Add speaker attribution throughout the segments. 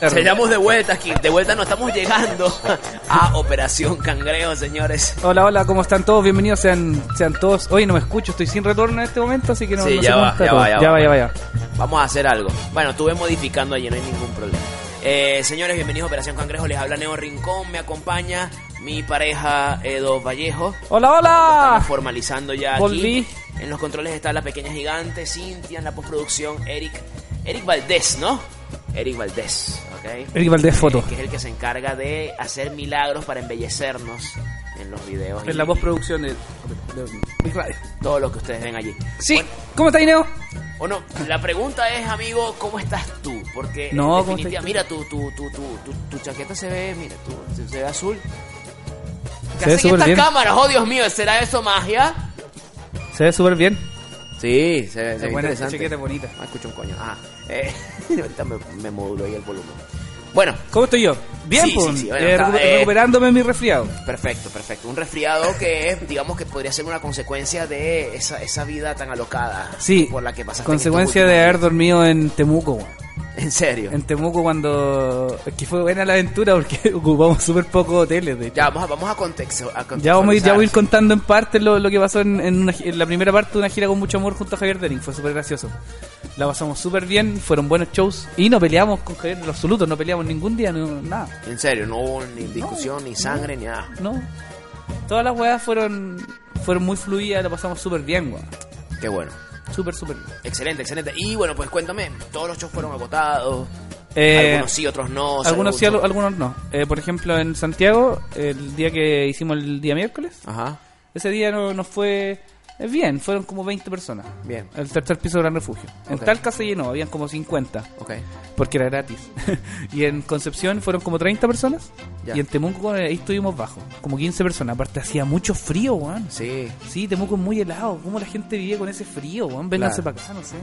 Speaker 1: Se Señamos de vuelta aquí, de vuelta no estamos llegando a Operación Cangreo, señores.
Speaker 2: Hola, hola, ¿cómo están todos? Bienvenidos sean, sean todos. Hoy no me escucho, estoy sin retorno en este momento, así que no,
Speaker 1: Sí,
Speaker 2: no
Speaker 1: ya
Speaker 2: sé cómo
Speaker 1: va,
Speaker 2: está
Speaker 1: ya
Speaker 2: todo.
Speaker 1: va, ya
Speaker 2: ya
Speaker 1: va.
Speaker 2: va, ya va, ya va.
Speaker 1: Vamos a hacer algo. Bueno, estuve modificando allí, no hay ningún problema. Eh, señores, bienvenidos a Operación Cangrejo, les habla Neo Rincón, me acompaña mi pareja Edo Vallejo.
Speaker 2: Hola,
Speaker 1: Estamos
Speaker 2: hola.
Speaker 1: formalizando ya aquí.
Speaker 2: Ah, Volví.
Speaker 1: En los controles está la pequeña gigante, Cintia, en la postproducción, Eric. Eric Valdés, ¿no? Eric Valdés, ¿ok?
Speaker 2: Eric Valdés Foto.
Speaker 1: Eh, Que es el que se encarga de hacer milagros para embellecernos en los videos. y
Speaker 2: En la postproducción de, de, de radio.
Speaker 1: Todo lo que ustedes ven allí.
Speaker 2: Sí, ¿cómo está Ineo?
Speaker 1: Bueno, la pregunta es, amigo, ¿cómo estás tú? Porque
Speaker 2: No,
Speaker 1: en
Speaker 2: ¿cómo
Speaker 1: definitiva,
Speaker 2: estoy?
Speaker 1: mira, tu, tu, tu, tu, tu, tu chaqueta se ve, mira, tu- se- se ve azul. ¿Qué
Speaker 2: Se ve
Speaker 1: hacen
Speaker 2: súper
Speaker 1: estas
Speaker 2: bien.
Speaker 1: cámaras? Oh, Dios mío, ¿será eso magia?
Speaker 2: Se ve súper bien.
Speaker 1: Sí, se ve,
Speaker 2: Qué buena esta chaqueta es bonita.
Speaker 1: Ah, escucho un coño. Ah, eh, ahorita me, me modulo ahí el volumen. Bueno,
Speaker 2: ¿Cómo estoy yo? Bien,
Speaker 1: Sí,
Speaker 2: pues,
Speaker 1: sí, sí, bueno,
Speaker 2: eh,
Speaker 1: está,
Speaker 2: recu-
Speaker 1: eh.
Speaker 2: recuperándome mi resfriado.
Speaker 1: perfecto, perfecto. Un resfriado que es, digamos que podría ser una consecuencia de esa, esa vida tan alocada
Speaker 2: Sí,
Speaker 1: por la que pasaste. en estos
Speaker 2: consecuencia de
Speaker 1: últimos
Speaker 2: haber dormido en Temuco, weón.
Speaker 1: días. En serio.
Speaker 2: En Temuco cuando... Es que fue buena la aventura porque ocupamos súper pocos hoteles, de hecho.
Speaker 1: Ya, vamos a, vamos a contexto. a
Speaker 2: Ya vamos a ir, ya voy a ir
Speaker 1: contextualizar.
Speaker 2: contando en parte lo, lo que pasó en, en una gi- en la primera parte de una gira con mucho amor junto a Javier Dering. Fue súper gracioso. La pasamos súper bien, fueron buenos shows y no peleamos con Javier en lo absoluto, no peleamos ningún día, no, nada.
Speaker 1: En serio, no hubo ni discusión, ni sangre, ni nada.
Speaker 2: No. Todas las weas fueron fueron muy fluidas, la pasamos súper bien, weón.
Speaker 1: Qué bueno.
Speaker 2: Súper, súper bien.
Speaker 1: Excelente, excelente. Y bueno, pues cuéntame, todos los shows fueron agotados.
Speaker 2: Eh,
Speaker 1: algunos sí, otros no. o sea,
Speaker 2: algunos sí,
Speaker 1: algún-
Speaker 2: al- algunos no. Eh, por ejemplo, en Santiago, el día que hicimos el día miércoles,
Speaker 1: Ajá.
Speaker 2: ese día no- nos fue eh, bien, fueron como 20 personas.
Speaker 1: Bien.
Speaker 2: El tercer piso de Gran Refugio. En
Speaker 1: Ok.
Speaker 2: Talca se llenó, habían como 50,
Speaker 1: Ok.
Speaker 2: porque era gratis. y en Concepción fueron como 30 personas.
Speaker 1: Ya.
Speaker 2: Y en Temuco eh, ahí estuvimos bajo, como 15 personas. Aparte hacía mucho frío, weón.
Speaker 1: Sí.
Speaker 2: Sí, Temuco es muy helado. ¿Cómo la gente vive con ese frío, weón? Vénganse
Speaker 1: Claro.
Speaker 2: para acá, no sé.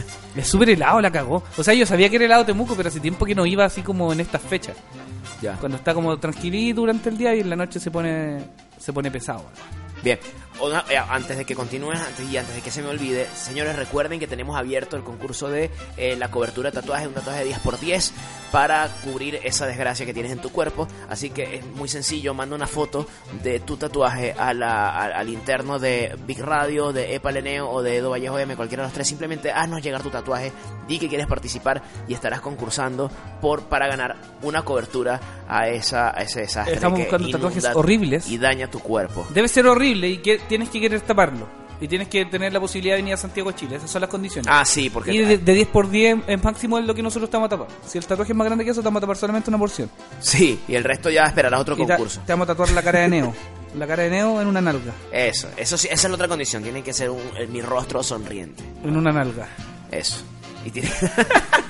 Speaker 2: es súper helado, la cagó. O sea, yo sabía que era helado Temuco, pero hace tiempo que no iba así como en estas fechas.
Speaker 1: Ya.
Speaker 2: Cuando está como tranquilito durante el día y en la noche se pone, se pone pesado. weón.
Speaker 1: Bien. Una- eh, antes de que continúes antes y antes de que se me olvide, señores, recuerden que tenemos abierto el concurso de eh, la cobertura de tatuajes, un tatuaje de 10x10 para cubrir esa desgracia que tienes en tu cuerpo. Así que es muy sencillo, manda una foto de tu tatuaje a la- a- al interno de Big Radio, de Epaleneo o de Edo Vallejo M, cualquiera de los tres. Simplemente haznos llegar tu tatuaje, di que quieres participar y estarás concursando por para ganar una cobertura a, esa, a ese desastre.
Speaker 2: Estamos
Speaker 1: que
Speaker 2: buscando tatuajes
Speaker 1: inunda
Speaker 2: horribles.
Speaker 1: Y daña tu cuerpo.
Speaker 2: Debe ser horrible y que tienes que querer taparlo. Y tienes que tener la posibilidad de venir a Santiago, Chile. Esas son las condiciones.
Speaker 1: Ah, sí, porque
Speaker 2: y de, de 10 por 10 es máximo es lo que nosotros estamos a tapar. Si el tatuaje es más grande que eso, te vamos a tapar solamente una porción.
Speaker 1: Sí, y el resto ya esperarás otro
Speaker 2: Y ta-
Speaker 1: concurso.
Speaker 2: te vamos a tatuar la cara de Neo. la cara de Neo en una nalga.
Speaker 1: Eso, eso sí, esa es la otra condición. Tiene que ser un- el- mi rostro sonriente.
Speaker 2: En una nalga.
Speaker 1: Eso. Y tiene,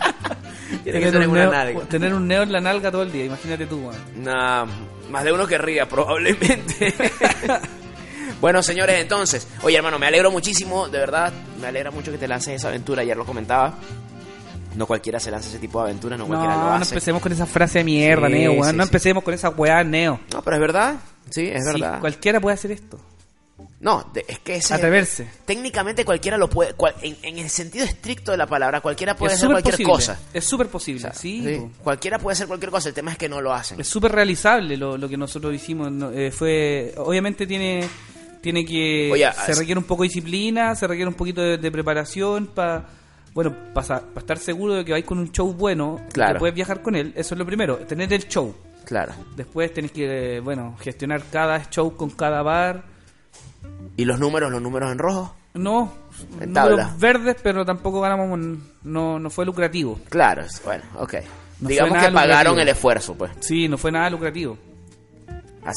Speaker 1: tiene que ser en
Speaker 2: un
Speaker 1: una
Speaker 2: neo,
Speaker 1: nalga.
Speaker 2: tener un Neo en la nalga todo el día, imagínate tú, weón.
Speaker 1: Nah, más de uno que ría, probablemente. bueno, señores, entonces. Oye, hermano, me alegro muchísimo, de verdad. Me alegra mucho que te lances esa aventura. Ayer lo comentaba. No cualquiera se lanza ese tipo de aventura, no
Speaker 2: No,
Speaker 1: cualquiera lo
Speaker 2: no
Speaker 1: hace.
Speaker 2: empecemos con esa frase de mierda,
Speaker 1: Sí,
Speaker 2: Neo, weón.
Speaker 1: sí,
Speaker 2: no
Speaker 1: sí.
Speaker 2: empecemos con esa weá, Neo.
Speaker 1: No, pero es verdad. Sí, es
Speaker 2: Sí,
Speaker 1: verdad.
Speaker 2: cualquiera puede hacer esto.
Speaker 1: No, de- es que ese
Speaker 2: Atreverse.
Speaker 1: Técnicamente cualquiera lo puede, cual- en, en el sentido estricto de la palabra, cualquiera puede
Speaker 2: es
Speaker 1: ser
Speaker 2: súper
Speaker 1: cualquier
Speaker 2: posible.
Speaker 1: cosa.
Speaker 2: Es súper
Speaker 1: O
Speaker 2: posible,
Speaker 1: sea,
Speaker 2: sí.
Speaker 1: sí,
Speaker 2: po.
Speaker 1: Cualquiera puede ser cualquier cosa, el tema es que no lo hacen.
Speaker 2: Es súper realizable lo, lo que nosotros hicimos. no, eh, fue Obviamente tiene tiene que...
Speaker 1: Oye,
Speaker 2: se
Speaker 1: es-
Speaker 2: requiere un poco de disciplina, se requiere un poquito de, de preparación para... Bueno, para estar seguro de que vais con un show bueno,
Speaker 1: Claro.
Speaker 2: que puedes viajar con él, eso es lo primero, tener el show.
Speaker 1: Claro.
Speaker 2: Después tenés que, eh, bueno, gestionar cada show con cada bar.
Speaker 1: ¿Y los números, los números en rojo?
Speaker 2: No,
Speaker 1: En tabla.
Speaker 2: números verdes, pero tampoco ganamos, un- no, no fue lucrativo.
Speaker 1: Claro, es- bueno, ok.
Speaker 2: No
Speaker 1: Digamos
Speaker 2: fue nada
Speaker 1: que pagaron
Speaker 2: lucrativo.
Speaker 1: el esfuerzo, pues.
Speaker 2: Sí, no fue nada lucrativo.
Speaker 1: Así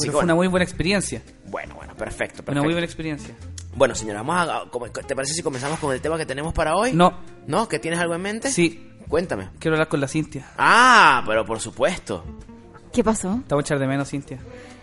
Speaker 2: pero
Speaker 1: que
Speaker 2: fue una
Speaker 1: bueno,
Speaker 2: muy buena experiencia.
Speaker 1: bueno, bueno, perfecto,
Speaker 2: Una
Speaker 1: perfecto.
Speaker 2: muy buena experiencia.
Speaker 1: Bueno, señora, vamos a, como- ¿te parece si comenzamos con el tema que tenemos para hoy?
Speaker 2: No.
Speaker 1: ¿No? ¿Que tienes algo en mente?
Speaker 2: Sí,
Speaker 1: Cuéntame.
Speaker 2: quiero hablar con la Cintia.
Speaker 1: Ah, pero por supuesto.
Speaker 3: ¿Qué pasó?
Speaker 2: Te voy a echar de menos, Cintia.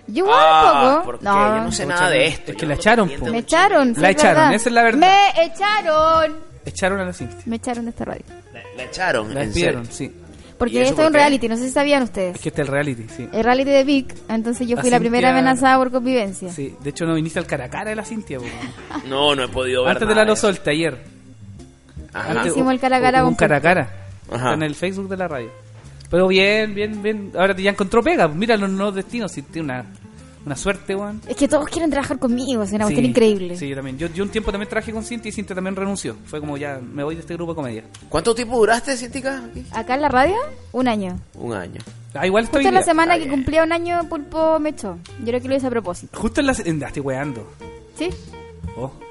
Speaker 3: Yo
Speaker 1: ah,
Speaker 3: un poco.
Speaker 1: porque
Speaker 3: No.
Speaker 1: yo no sé nada de esto.
Speaker 2: Es que
Speaker 1: yo
Speaker 2: la
Speaker 1: no
Speaker 2: echaron,
Speaker 1: estoy
Speaker 2: po.
Speaker 3: Me
Speaker 1: pendiente de mucho.
Speaker 3: echaron. sí,
Speaker 2: La
Speaker 3: es
Speaker 2: echaron,
Speaker 3: verdad.
Speaker 2: esa es la verdad.
Speaker 3: Me echaron.
Speaker 2: Echaron a la Cintia.
Speaker 3: Me echaron de esta radio.
Speaker 1: La, la echaron,
Speaker 2: La
Speaker 1: en
Speaker 2: despidieron,
Speaker 1: serio.
Speaker 2: sí.
Speaker 1: ¿Y
Speaker 3: Porque
Speaker 1: eso
Speaker 3: esto
Speaker 1: por
Speaker 3: es un
Speaker 1: qué?
Speaker 3: reality, no sé si sabían ustedes.
Speaker 2: Es que está el reality, sí.
Speaker 3: El reality de Vic, entonces yo
Speaker 2: La
Speaker 3: fui la primera
Speaker 2: Cintia-
Speaker 3: amenazada por convivencia.
Speaker 2: Sí, de hecho no viniste al cara a cara de la Cintia. po.
Speaker 1: No, no he podido ver
Speaker 2: Antes de
Speaker 1: nada
Speaker 2: la Lo
Speaker 1: eso.
Speaker 2: Solte, ayer.
Speaker 1: Ajá.
Speaker 2: Antes
Speaker 3: Hicimos el cara a cara
Speaker 2: hubo Un
Speaker 3: con-
Speaker 2: cara a cara.
Speaker 1: Ajá.
Speaker 2: En el Facebook de la radio. Pero bien, bien, bien. Ahora ya encontró pega. Mira los nuevos destinos. Si tiene una, una suerte, weón.
Speaker 3: Es que todos quieren trabajar conmigo, es una
Speaker 2: Sí,
Speaker 3: cuestión increíble.
Speaker 2: Sí, yo también. Yo, yo un tiempo también trabajé con Cintia y Cintia también renunció. Fue como ya, me voy de este grupo de comedia.
Speaker 1: ¿Cuánto tiempo duraste, Cintica?
Speaker 3: Acá en la radio, un año.
Speaker 1: Un año.
Speaker 2: Ah, igual estoy.
Speaker 3: Justo en la semana que cumplía un año, Pulpo me echó. Yo creo que lo hice a propósito.
Speaker 2: Justo en la. se- en- ah, Estoy weando.
Speaker 3: ¿Sí?
Speaker 2: Oh.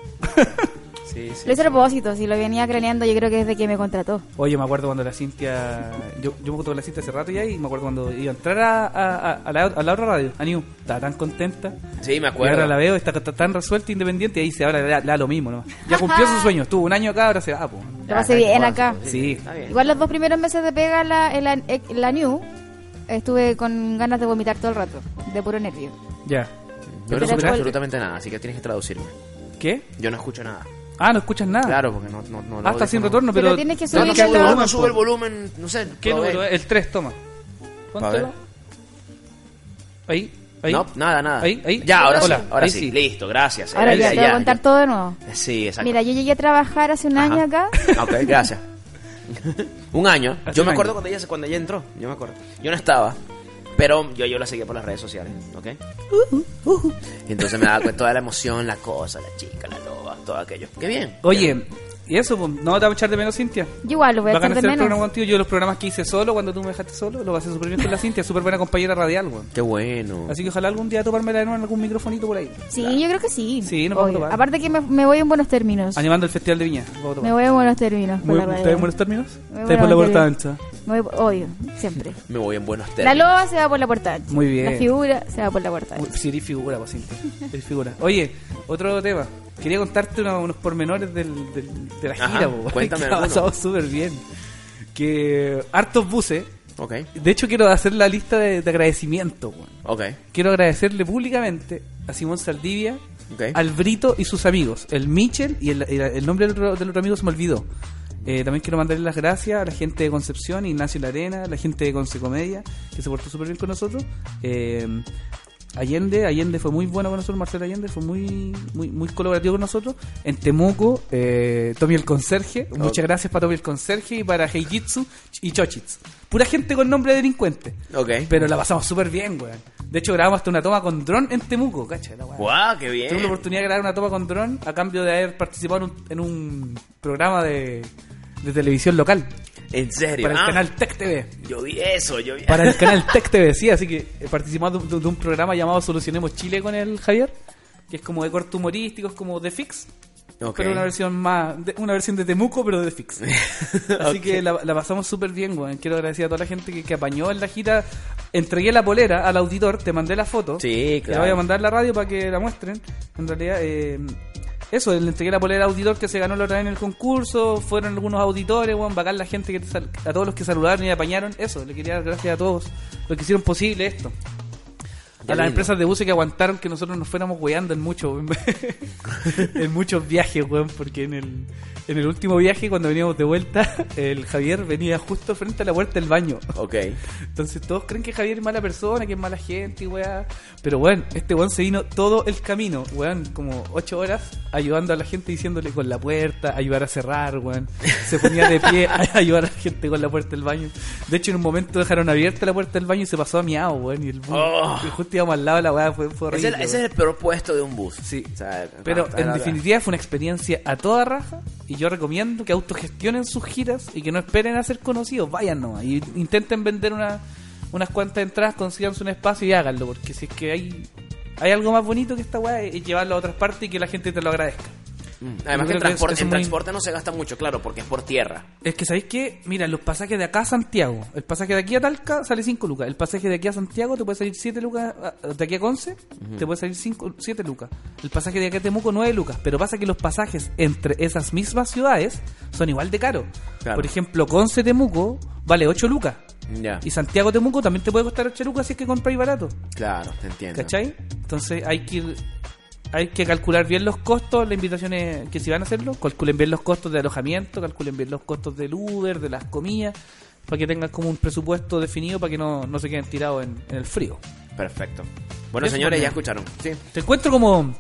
Speaker 1: Sí, sí.
Speaker 3: Lo hice a propósito, si lo venía craneando yo creo que desde que me contrató.
Speaker 2: Oye, me acuerdo cuando la Cintia. Yo, yo me acuerdo de la Cintia hace rato ya y me acuerdo cuando iba a entrar a, a- a- a la, a la otra radio, a New. Estaba tan contenta.
Speaker 1: Sí, me
Speaker 2: Y ahora
Speaker 1: acuerdo.
Speaker 2: la veo, está, está tan resuelta, independiente. Y ahí se ahora le da- le da lo mismo, ¿no? Ya cumplió su sueño. Estuvo un año acá, ahora se va, ah, pues. po.
Speaker 3: Lo
Speaker 1: Ah,
Speaker 3: pasé bien acá.
Speaker 2: Sí.
Speaker 1: Está bien.
Speaker 3: Igual los dos primeros meses de pega la, en la, en la New, estuve con ganas de vomitar todo el rato, de puro nervio.
Speaker 2: Ya.
Speaker 1: Yo
Speaker 3: Pero
Speaker 1: no escucho
Speaker 3: cuál-
Speaker 1: absolutamente nada, así que tienes que traducirme.
Speaker 2: ¿Qué?
Speaker 1: Yo no escucho nada.
Speaker 2: Ah, no escuchas nada.
Speaker 1: Claro, porque no. no, no
Speaker 2: Ah, está sin
Speaker 1: haciendo
Speaker 2: retorno,
Speaker 3: Pero
Speaker 2: pero.
Speaker 3: tienes que
Speaker 1: No,
Speaker 3: subir
Speaker 1: no,
Speaker 3: el
Speaker 1: sube, no,
Speaker 3: volumen,
Speaker 1: sube el volumen, pues. no sé.
Speaker 2: ¿Qué
Speaker 1: probé.
Speaker 2: número? es? El 3, toma. Póntelo.
Speaker 1: ver.
Speaker 2: Ahí, ahí.
Speaker 1: No, nada, nada.
Speaker 2: Ahí, ahí.
Speaker 1: Ya, ahora
Speaker 2: Hola,
Speaker 1: sí, ahora
Speaker 2: ahí
Speaker 1: sí.
Speaker 2: sí.
Speaker 1: Listo, gracias. eh.
Speaker 3: Ahora
Speaker 1: Ahí
Speaker 3: ya,
Speaker 1: sí,
Speaker 3: te voy a contar todo de nuevo.
Speaker 1: Sí, exacto.
Speaker 3: Mira, yo llegué a trabajar hace un
Speaker 1: Ajá. Ah,
Speaker 3: año acá.
Speaker 1: Ok, gracias. un año.
Speaker 2: Hace
Speaker 1: Yo
Speaker 2: un año.
Speaker 1: me acuerdo cuando ella, cuando ella entró. Yo me acuerdo. Yo no estaba. Pero yo, yo la seguía por las redes sociales, ¿ok?
Speaker 2: Uh,
Speaker 1: Y entonces me daba cuenta toda la emoción, la cosa, la chica, la loba, todo aquello. Qué bien.
Speaker 2: Oye, y eso, po? no te va a echar de menos, Cintia.
Speaker 3: Yo igual lo voy a
Speaker 2: Bacán
Speaker 3: echar de
Speaker 2: hacer el programa
Speaker 3: menos.
Speaker 2: contigo. Yo los programas que hice solo, cuando tú me dejaste solo, lo pasé súper bien con la Cintia, súper buena compañera radial, weón.
Speaker 1: Qué bueno.
Speaker 2: Así que ojalá algún día topármela de nuevo en algún microfonito por ahí.
Speaker 3: Sí, yo creo que sí.
Speaker 2: Sí, nos vamos a
Speaker 3: obvio.
Speaker 2: probar.
Speaker 3: Aparte que me, me voy en buenos términos.
Speaker 2: Animando el Festival de Viña. Vamos a tomar.
Speaker 3: Me voy en buenos términos. con
Speaker 2: Muy-
Speaker 3: la radio.
Speaker 2: ¿Estáis en buenos términos?
Speaker 3: Me
Speaker 2: ¿Estáis
Speaker 3: voy
Speaker 2: por la
Speaker 3: a
Speaker 2: puerta
Speaker 3: mantener-
Speaker 2: ancha?
Speaker 3: Me voy- obvio, siempre.
Speaker 1: Me voy en buenos
Speaker 3: La
Speaker 1: términos.
Speaker 3: loba se va por la puerta ancha.
Speaker 2: Muy bien.
Speaker 3: La figura se va por la puerta
Speaker 2: Uy,
Speaker 3: ancha.
Speaker 2: Sí, eres figura, pues, Cintia. Eres figura. Oye, otro tema. Quería contarte uno- unos pormenores del- del- de la
Speaker 1: Ajá,
Speaker 2: gira, po,
Speaker 1: cuéntame
Speaker 2: que ha
Speaker 1: alguno.
Speaker 2: pasado súper bien. Que hartos buses.
Speaker 1: Ok,
Speaker 2: De hecho, quiero hacer la lista de, de agradecimiento. po.
Speaker 1: ok,
Speaker 2: Quiero agradecerle públicamente a Simón Saldivia,
Speaker 1: ok.
Speaker 2: al Brito y sus amigos, el Mitchell y el, el- el nombre del otro, del otro amigo se me olvidó. Eh, también quiero mandarle las gracias a la gente de Concepción, Ignacio Larena, la gente de Consecomedia, que se portó súper bien con nosotros. Eh, Allende, Allende fue muy bueno con nosotros, Marcelo Allende fue muy muy, muy colaborativo con nosotros. En Temuco, eh, Tommy el Conserje, muchas gracias para Tommy el Conserje y para Heijitsu y Chochitz. Pura gente con nombre de delincuente.
Speaker 1: Ok.
Speaker 2: Pero la pasamos súper bien, weón. De hecho, grabamos hasta una toma con dron en Temuco, cacha, la weá.
Speaker 1: Guau, qué bien.
Speaker 2: Tuve la oportunidad de grabar una toma con dron a cambio de haber participado en un, en un programa de, de televisión local
Speaker 1: En serio.
Speaker 2: para el
Speaker 1: ah,
Speaker 2: canal Tech TV.
Speaker 1: Yo vi eso, yo vi.
Speaker 2: Para el canal Tech TV, sí, así que eh, participamos de, un- de un- de un programa llamado Solucionemos Chile con el Javier, que es como de corto humorístico, es como The Fix,
Speaker 1: Ok.
Speaker 2: pero una versión más, de- una versión de Temuco, pero de The Fix. Así
Speaker 1: Ok.
Speaker 2: que la, la pasamos súper bien, weón. Quiero agradecer a toda la gente que, que apañó en la gira. Entregué la polera al auditor, te mandé la foto.
Speaker 1: Sí,
Speaker 2: La voy a
Speaker 1: claro.
Speaker 2: mandar a la radio para que la muestren. En realidad, eh, eso, le entregué la polera al auditor que se ganó la otra vez en el concurso. Fueron algunos auditores, weón, bacán la gente, que sal- a todos los que saludaron y apañaron. Eso, le quería dar gracias a todos los que hicieron posible esto.
Speaker 1: Qué
Speaker 2: a las
Speaker 1: lindo.
Speaker 2: empresas de buses que aguantaron que nosotros nos fuéramos weando en mucho en muchos viajes, weón, porque en el, en el último viaje, cuando veníamos de vuelta, el Javier venía justo frente a la puerta del baño.
Speaker 1: Ok.
Speaker 2: Entonces todos creen que Javier es mala persona, que es mala gente y weá. Pero weón, este weón se vino todo el camino, weón, como ocho horas ayudando a la gente, diciéndole con la puerta, ayudar a cerrar, weón. Se ponía de pie a ayudar a la gente con la puerta del baño. De hecho, en un momento dejaron abierta la puerta del baño y se pasó a miau, weón. Y el bus-
Speaker 1: Oh.
Speaker 2: y justo íbamos al lado de la weá, fue, fue
Speaker 1: Ese,
Speaker 2: horrible,
Speaker 1: es el- ese
Speaker 2: weón.
Speaker 1: es el peor puesto de un bus.
Speaker 2: Sí.
Speaker 1: O sea,
Speaker 2: Pero
Speaker 1: está-
Speaker 2: en
Speaker 1: está-
Speaker 2: definitiva fue una experiencia a toda raja y yo recomiendo que autogestionen sus giras y que no esperen a ser conocidos, vayan nomás y intenten vender una, unas cuantas entradas, consíganse un espacio y háganlo, porque si es que hay hay algo más bonito que esta weá es llevarlo a otras partes y que la gente te lo agradezca.
Speaker 1: Mm.
Speaker 2: Yo creo
Speaker 1: Además que en,
Speaker 2: que es-
Speaker 1: transporte,
Speaker 2: es
Speaker 1: en
Speaker 2: muy-
Speaker 1: transporte no se gasta mucho, claro, porque es por tierra.
Speaker 2: Es que sabéis que, mira, los pasajes de acá a Santiago, el pasaje de aquí a Talca sale 5 lucas, el pasaje de aquí a Santiago te puede salir 7 lucas, ah, de aquí a Conce te puede salir 5, 7 lucas, el pasaje de aquí a Temuco 9 lucas, pero pasa que los pasajes entre esas mismas ciudades son igual de caros.
Speaker 1: Claro.
Speaker 2: Por ejemplo, Conce Temuco vale 8 lucas
Speaker 1: Ya.
Speaker 2: y Santiago Temuco también te puede costar 8 lucas si es que compráis barato,
Speaker 1: Claro, te entiendo.
Speaker 2: ¿cachai? Entonces hay que ir- Hay que calcular bien los costos, la invitación es que si van a hacerlo, calculen bien los costos de alojamiento, calculen bien los costos del Uber, de las comidas, para que tengan como un presupuesto definido para que no, no se queden tirados en, en el frío.
Speaker 1: Perfecto. Bueno,
Speaker 2: Eso
Speaker 1: señores,
Speaker 2: también.
Speaker 1: ya escucharon. Sí.
Speaker 2: Te encuentro como...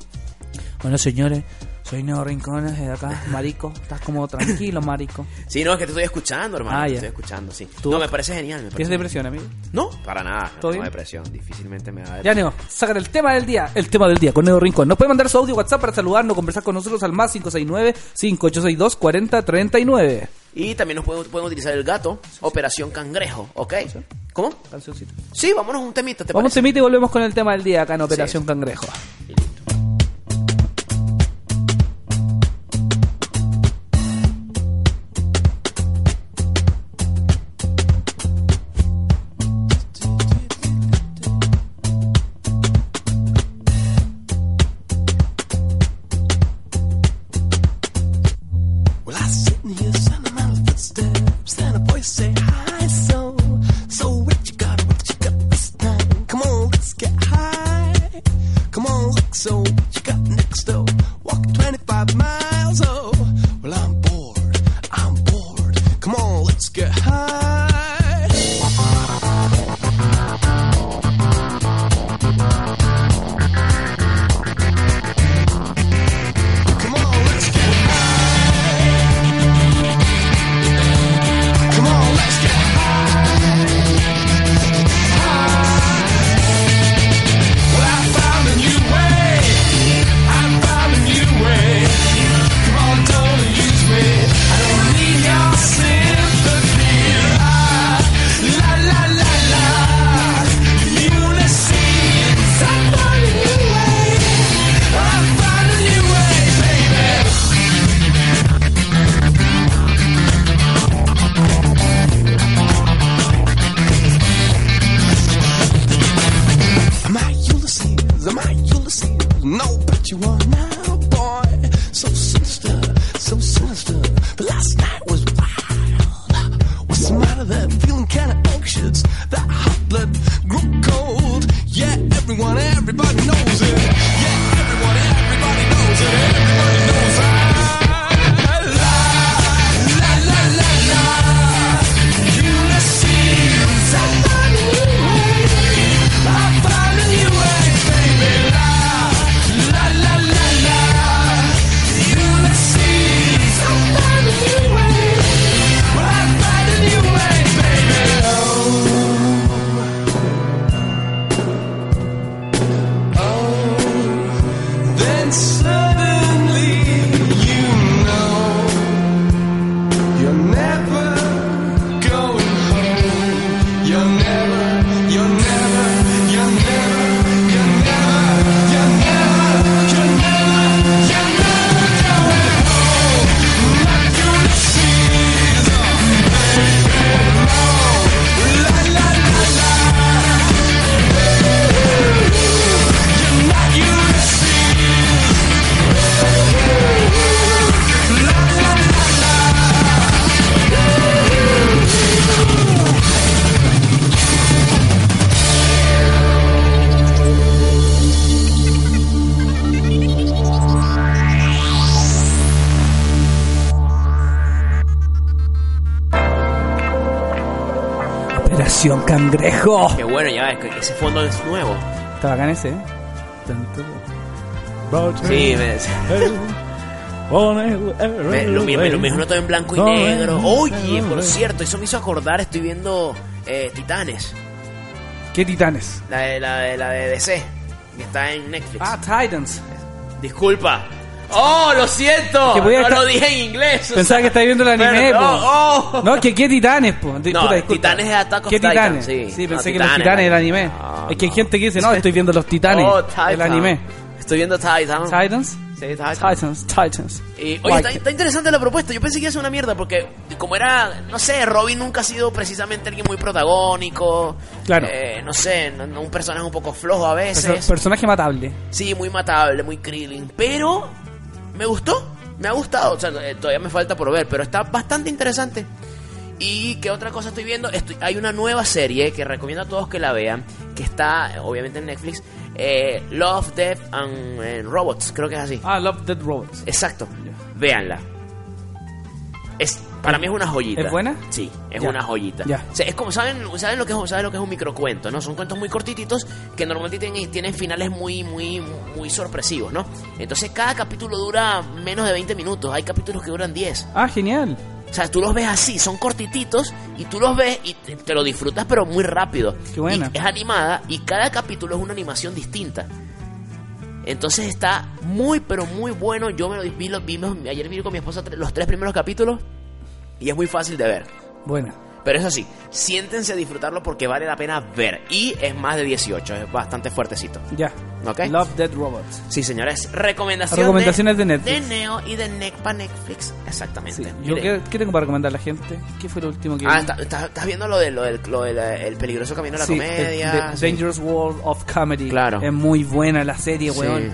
Speaker 2: Bueno, señores, Reino de rincones de acá, marico. Estás como tranquilo, marico.
Speaker 1: Sí, no, es que te estoy escuchando, hermano.
Speaker 2: Ah,
Speaker 1: te
Speaker 2: ya.
Speaker 1: Estoy escuchando, sí.
Speaker 2: ¿Tú?
Speaker 1: No, me parece genial. Me parece
Speaker 2: ¿Tienes depresión, amigo?
Speaker 1: genial. No, para nada. No
Speaker 2: ¿Todo
Speaker 1: tengo
Speaker 2: bien?
Speaker 1: depresión. Difícilmente me da
Speaker 2: Ya,
Speaker 1: depresión.
Speaker 2: Neo, sacan el tema del día. El tema del día con Neo Rincón. Nos puede mandar su audio WhatsApp para saludarnos, conversar con nosotros al más 569-5862-4039.
Speaker 1: Y también nos pueden, pueden utilizar el gato, Operación Cangrejo, ¿ok? ¿Cómo?
Speaker 2: Cancioncita.
Speaker 1: Sí, vámonos un temita, ¿te
Speaker 2: Vamos,
Speaker 1: parece?
Speaker 2: temita y volvemos con el tema del día acá en Operación
Speaker 1: sí.
Speaker 2: Cangrejo.
Speaker 1: Y listo.
Speaker 4: Well, I sit and hear the sound of my footsteps. Then a voice say, Hi, so, so what you got, what you got this time? Come on, let's get high. Come on, look, so what you got next, though? Walk 25 miles, oh. Well, I'm bored, I'm bored. Come on, let's get high. Come on, let's get Come on, let's get high. High. Well, I found a new way. I found a new way. Come on, don't use me. I don't need your sympathy. La, la, la, la, la. Unity. I found a new way. I found a new way, baby. Am I Ulysses? Am I Ulysses? No, but you are now, boy. So sinister, so sinister. But last night was wild. What's the matter there? Feeling kinda anxious. That hot blood grew cold. Yeah, everyone, everybody knows it. Yeah, everyone, everybody knows it. Everybody knows I. La, la, la, la, la. Ulysses, I found a new way. I found a new way, baby. La, la, la, la, la. Ulysses, I found a new way. Well, I found a new way, baby. Oh. Oh. Then suddenly you know you're never going home. You're never, you're never, you're never, you're never, you're never, you're never, you're never going home. Not gonna see La la la la. You're not gonna see.
Speaker 2: Operación Cangrejo.
Speaker 1: Qué bueno, ya, es que ese fondo es nuevo.
Speaker 2: Está bacán ese, ¿eh? Tanto-
Speaker 1: Sí, me, me- lo, mi- me- lo mejor no todo en blanco y negro.
Speaker 2: eh.
Speaker 1: Oye, por cierto, eso me hizo acordar, estoy viendo eh, Titanes,
Speaker 2: ¿Qué titanes?
Speaker 1: la de, la, de, la de DC, que está en Netflix.
Speaker 2: Ah, Titans.
Speaker 1: Disculpa. ¡Oh, lo siento!
Speaker 2: Que
Speaker 1: No
Speaker 2: podía estar-
Speaker 1: lo dije en inglés. o
Speaker 2: Pensaba
Speaker 1: sea,
Speaker 2: que estabas viendo el anime,
Speaker 1: perdón.
Speaker 2: po.
Speaker 1: ¡Oh!
Speaker 2: No, que qué titanes, po. Di-
Speaker 1: No,
Speaker 2: puta, disculpa.
Speaker 1: Titanes es Attack of
Speaker 2: ¿Qué
Speaker 1: Titan,
Speaker 2: titanes?
Speaker 1: sí.
Speaker 2: Sí,
Speaker 1: No,
Speaker 2: pensé que
Speaker 1: Titanes,
Speaker 2: los titanes del anime.
Speaker 1: no,
Speaker 2: es que hay
Speaker 1: no.
Speaker 2: gente que dice, no, estoy viendo los titanes.
Speaker 1: Oh, Titan.
Speaker 2: El anime.
Speaker 1: Estoy viendo Titan.
Speaker 2: Titans.
Speaker 1: Sí, Titan.
Speaker 2: Titans, Titans.
Speaker 1: Y, oye,
Speaker 2: Like
Speaker 1: está,
Speaker 2: it.
Speaker 1: está interesante la propuesta. Yo pensé que iba a ser una mierda porque, como era, no sé, Robin nunca ha sido precisamente alguien muy protagónico.
Speaker 2: Claro.
Speaker 1: Eh, no sé, no- no, un personaje un poco flojo a
Speaker 2: Perso-
Speaker 1: veces.
Speaker 2: personaje matable.
Speaker 1: Sí, muy matable, muy Krillin. Pero me gustó, me ha gustado. O sea, eh, todavía me falta por ver, pero está bastante interesante. ¿Y qué otra cosa estoy viendo? Estoy- hay una nueva serie que recomiendo a todos que la vean, que está eh, obviamente en Netflix. eh, Love, Death and eh, Robots, creo que es así.
Speaker 2: Ah, Love Dead Robots.
Speaker 1: Exacto. Véanla. Es Para mí es una joyita.
Speaker 2: ¿Es buena?
Speaker 1: Sí, es
Speaker 2: Ya.
Speaker 1: una joyita.
Speaker 2: Ya.
Speaker 1: O sea, es como, ¿saben, ¿saben, lo que es, ¿saben lo que es un microcuento? ¿no? Son cuentos muy cortititos que normalmente tienen, tienen finales muy, muy, muy sorpresivos, ¿no? Entonces cada capítulo dura menos de 20 minutos. Hay capítulos que duran 10.
Speaker 2: Ah, genial.
Speaker 1: O sea, tú los ves así, son cortititos y tú los ves y te, te lo disfrutas pero muy rápido.
Speaker 2: Qué buena.
Speaker 1: Y es animada y cada capítulo es una animación distinta. Entonces está muy pero muy bueno. Yo me lo vi, lo vimos- ayer vi con mi esposa tre- los tres primeros capítulos y es muy fácil de ver.
Speaker 2: Buena.
Speaker 1: Pero eso sí, siéntense a disfrutarlo porque vale la pena ver. Y es más de 18, es bastante fuertecito.
Speaker 2: Ya.
Speaker 1: Ok.
Speaker 2: Love Dead Robots.
Speaker 1: Sí, señores, recomendación
Speaker 2: Recomendaciones de Netflix.
Speaker 1: De Neo y de Nec para Netflix. Exactamente.
Speaker 2: Sí. Yo,
Speaker 1: Miren.
Speaker 2: ¿qué, qué tengo para recomendar a la gente? ¿Qué fue lo último que
Speaker 1: Ah,
Speaker 2: vi?
Speaker 1: está- está- estás viendo lo del lo del- lo del, eh, el peligroso camino a la
Speaker 2: Sí,
Speaker 1: comedia.
Speaker 2: The- The
Speaker 1: sí.
Speaker 2: Dangerous World of Comedy.
Speaker 1: Claro.
Speaker 2: Es muy buena la serie,
Speaker 1: Sí.
Speaker 2: weón.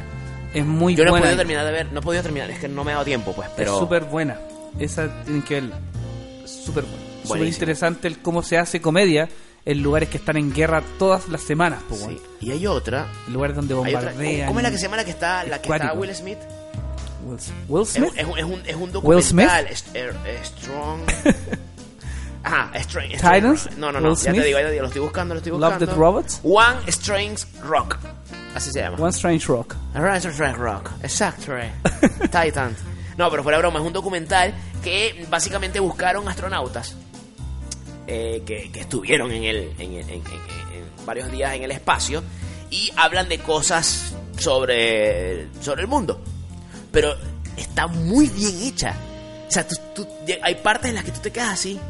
Speaker 2: Es muy
Speaker 1: Yo no he
Speaker 2: buena.
Speaker 1: podido terminar de ver, no he podido terminar, es que no me ha dado tiempo, pues, pero.
Speaker 2: Es súper buena. Esa tienen que verla. Súper buena. Súper
Speaker 1: Buenísimo.
Speaker 2: interesante el cómo se hace comedia en lugares que están en guerra todas las semanas, po, weón.
Speaker 1: Sí. Y hay otra.
Speaker 2: Lugares donde
Speaker 1: hay otra-
Speaker 2: bombardean.
Speaker 1: ¿Cómo es la que se llama la que está, la que está
Speaker 2: Acuático.
Speaker 1: Will Smith?
Speaker 2: Will, Will
Speaker 1: Es,
Speaker 2: Smith.
Speaker 1: es un, es, un, es un
Speaker 2: Will Smith?
Speaker 1: documental. es- er, eh, strong. Ajá, Strange.
Speaker 2: Titans?
Speaker 1: No, no, no.
Speaker 2: Will
Speaker 1: ya
Speaker 2: Smith?
Speaker 1: te digo, ya te digo, lo estoy buscando, lo estoy
Speaker 2: Love
Speaker 1: buscando.
Speaker 2: Death Robots?
Speaker 1: One Strange Rock. Así se llama.
Speaker 2: One Strange Rock.
Speaker 1: Rise of Red Rock, exacto. Titan. No, pero fuera de broma, es un documental que básicamente buscaron astronautas eh, que, que estuvieron en, el, en, en- en- en- en varios días en el espacio y hablan de cosas sobre, sobre el mundo. Pero está muy bien hecha. O sea, tú- tú- hay partes en las que tú te quedas así.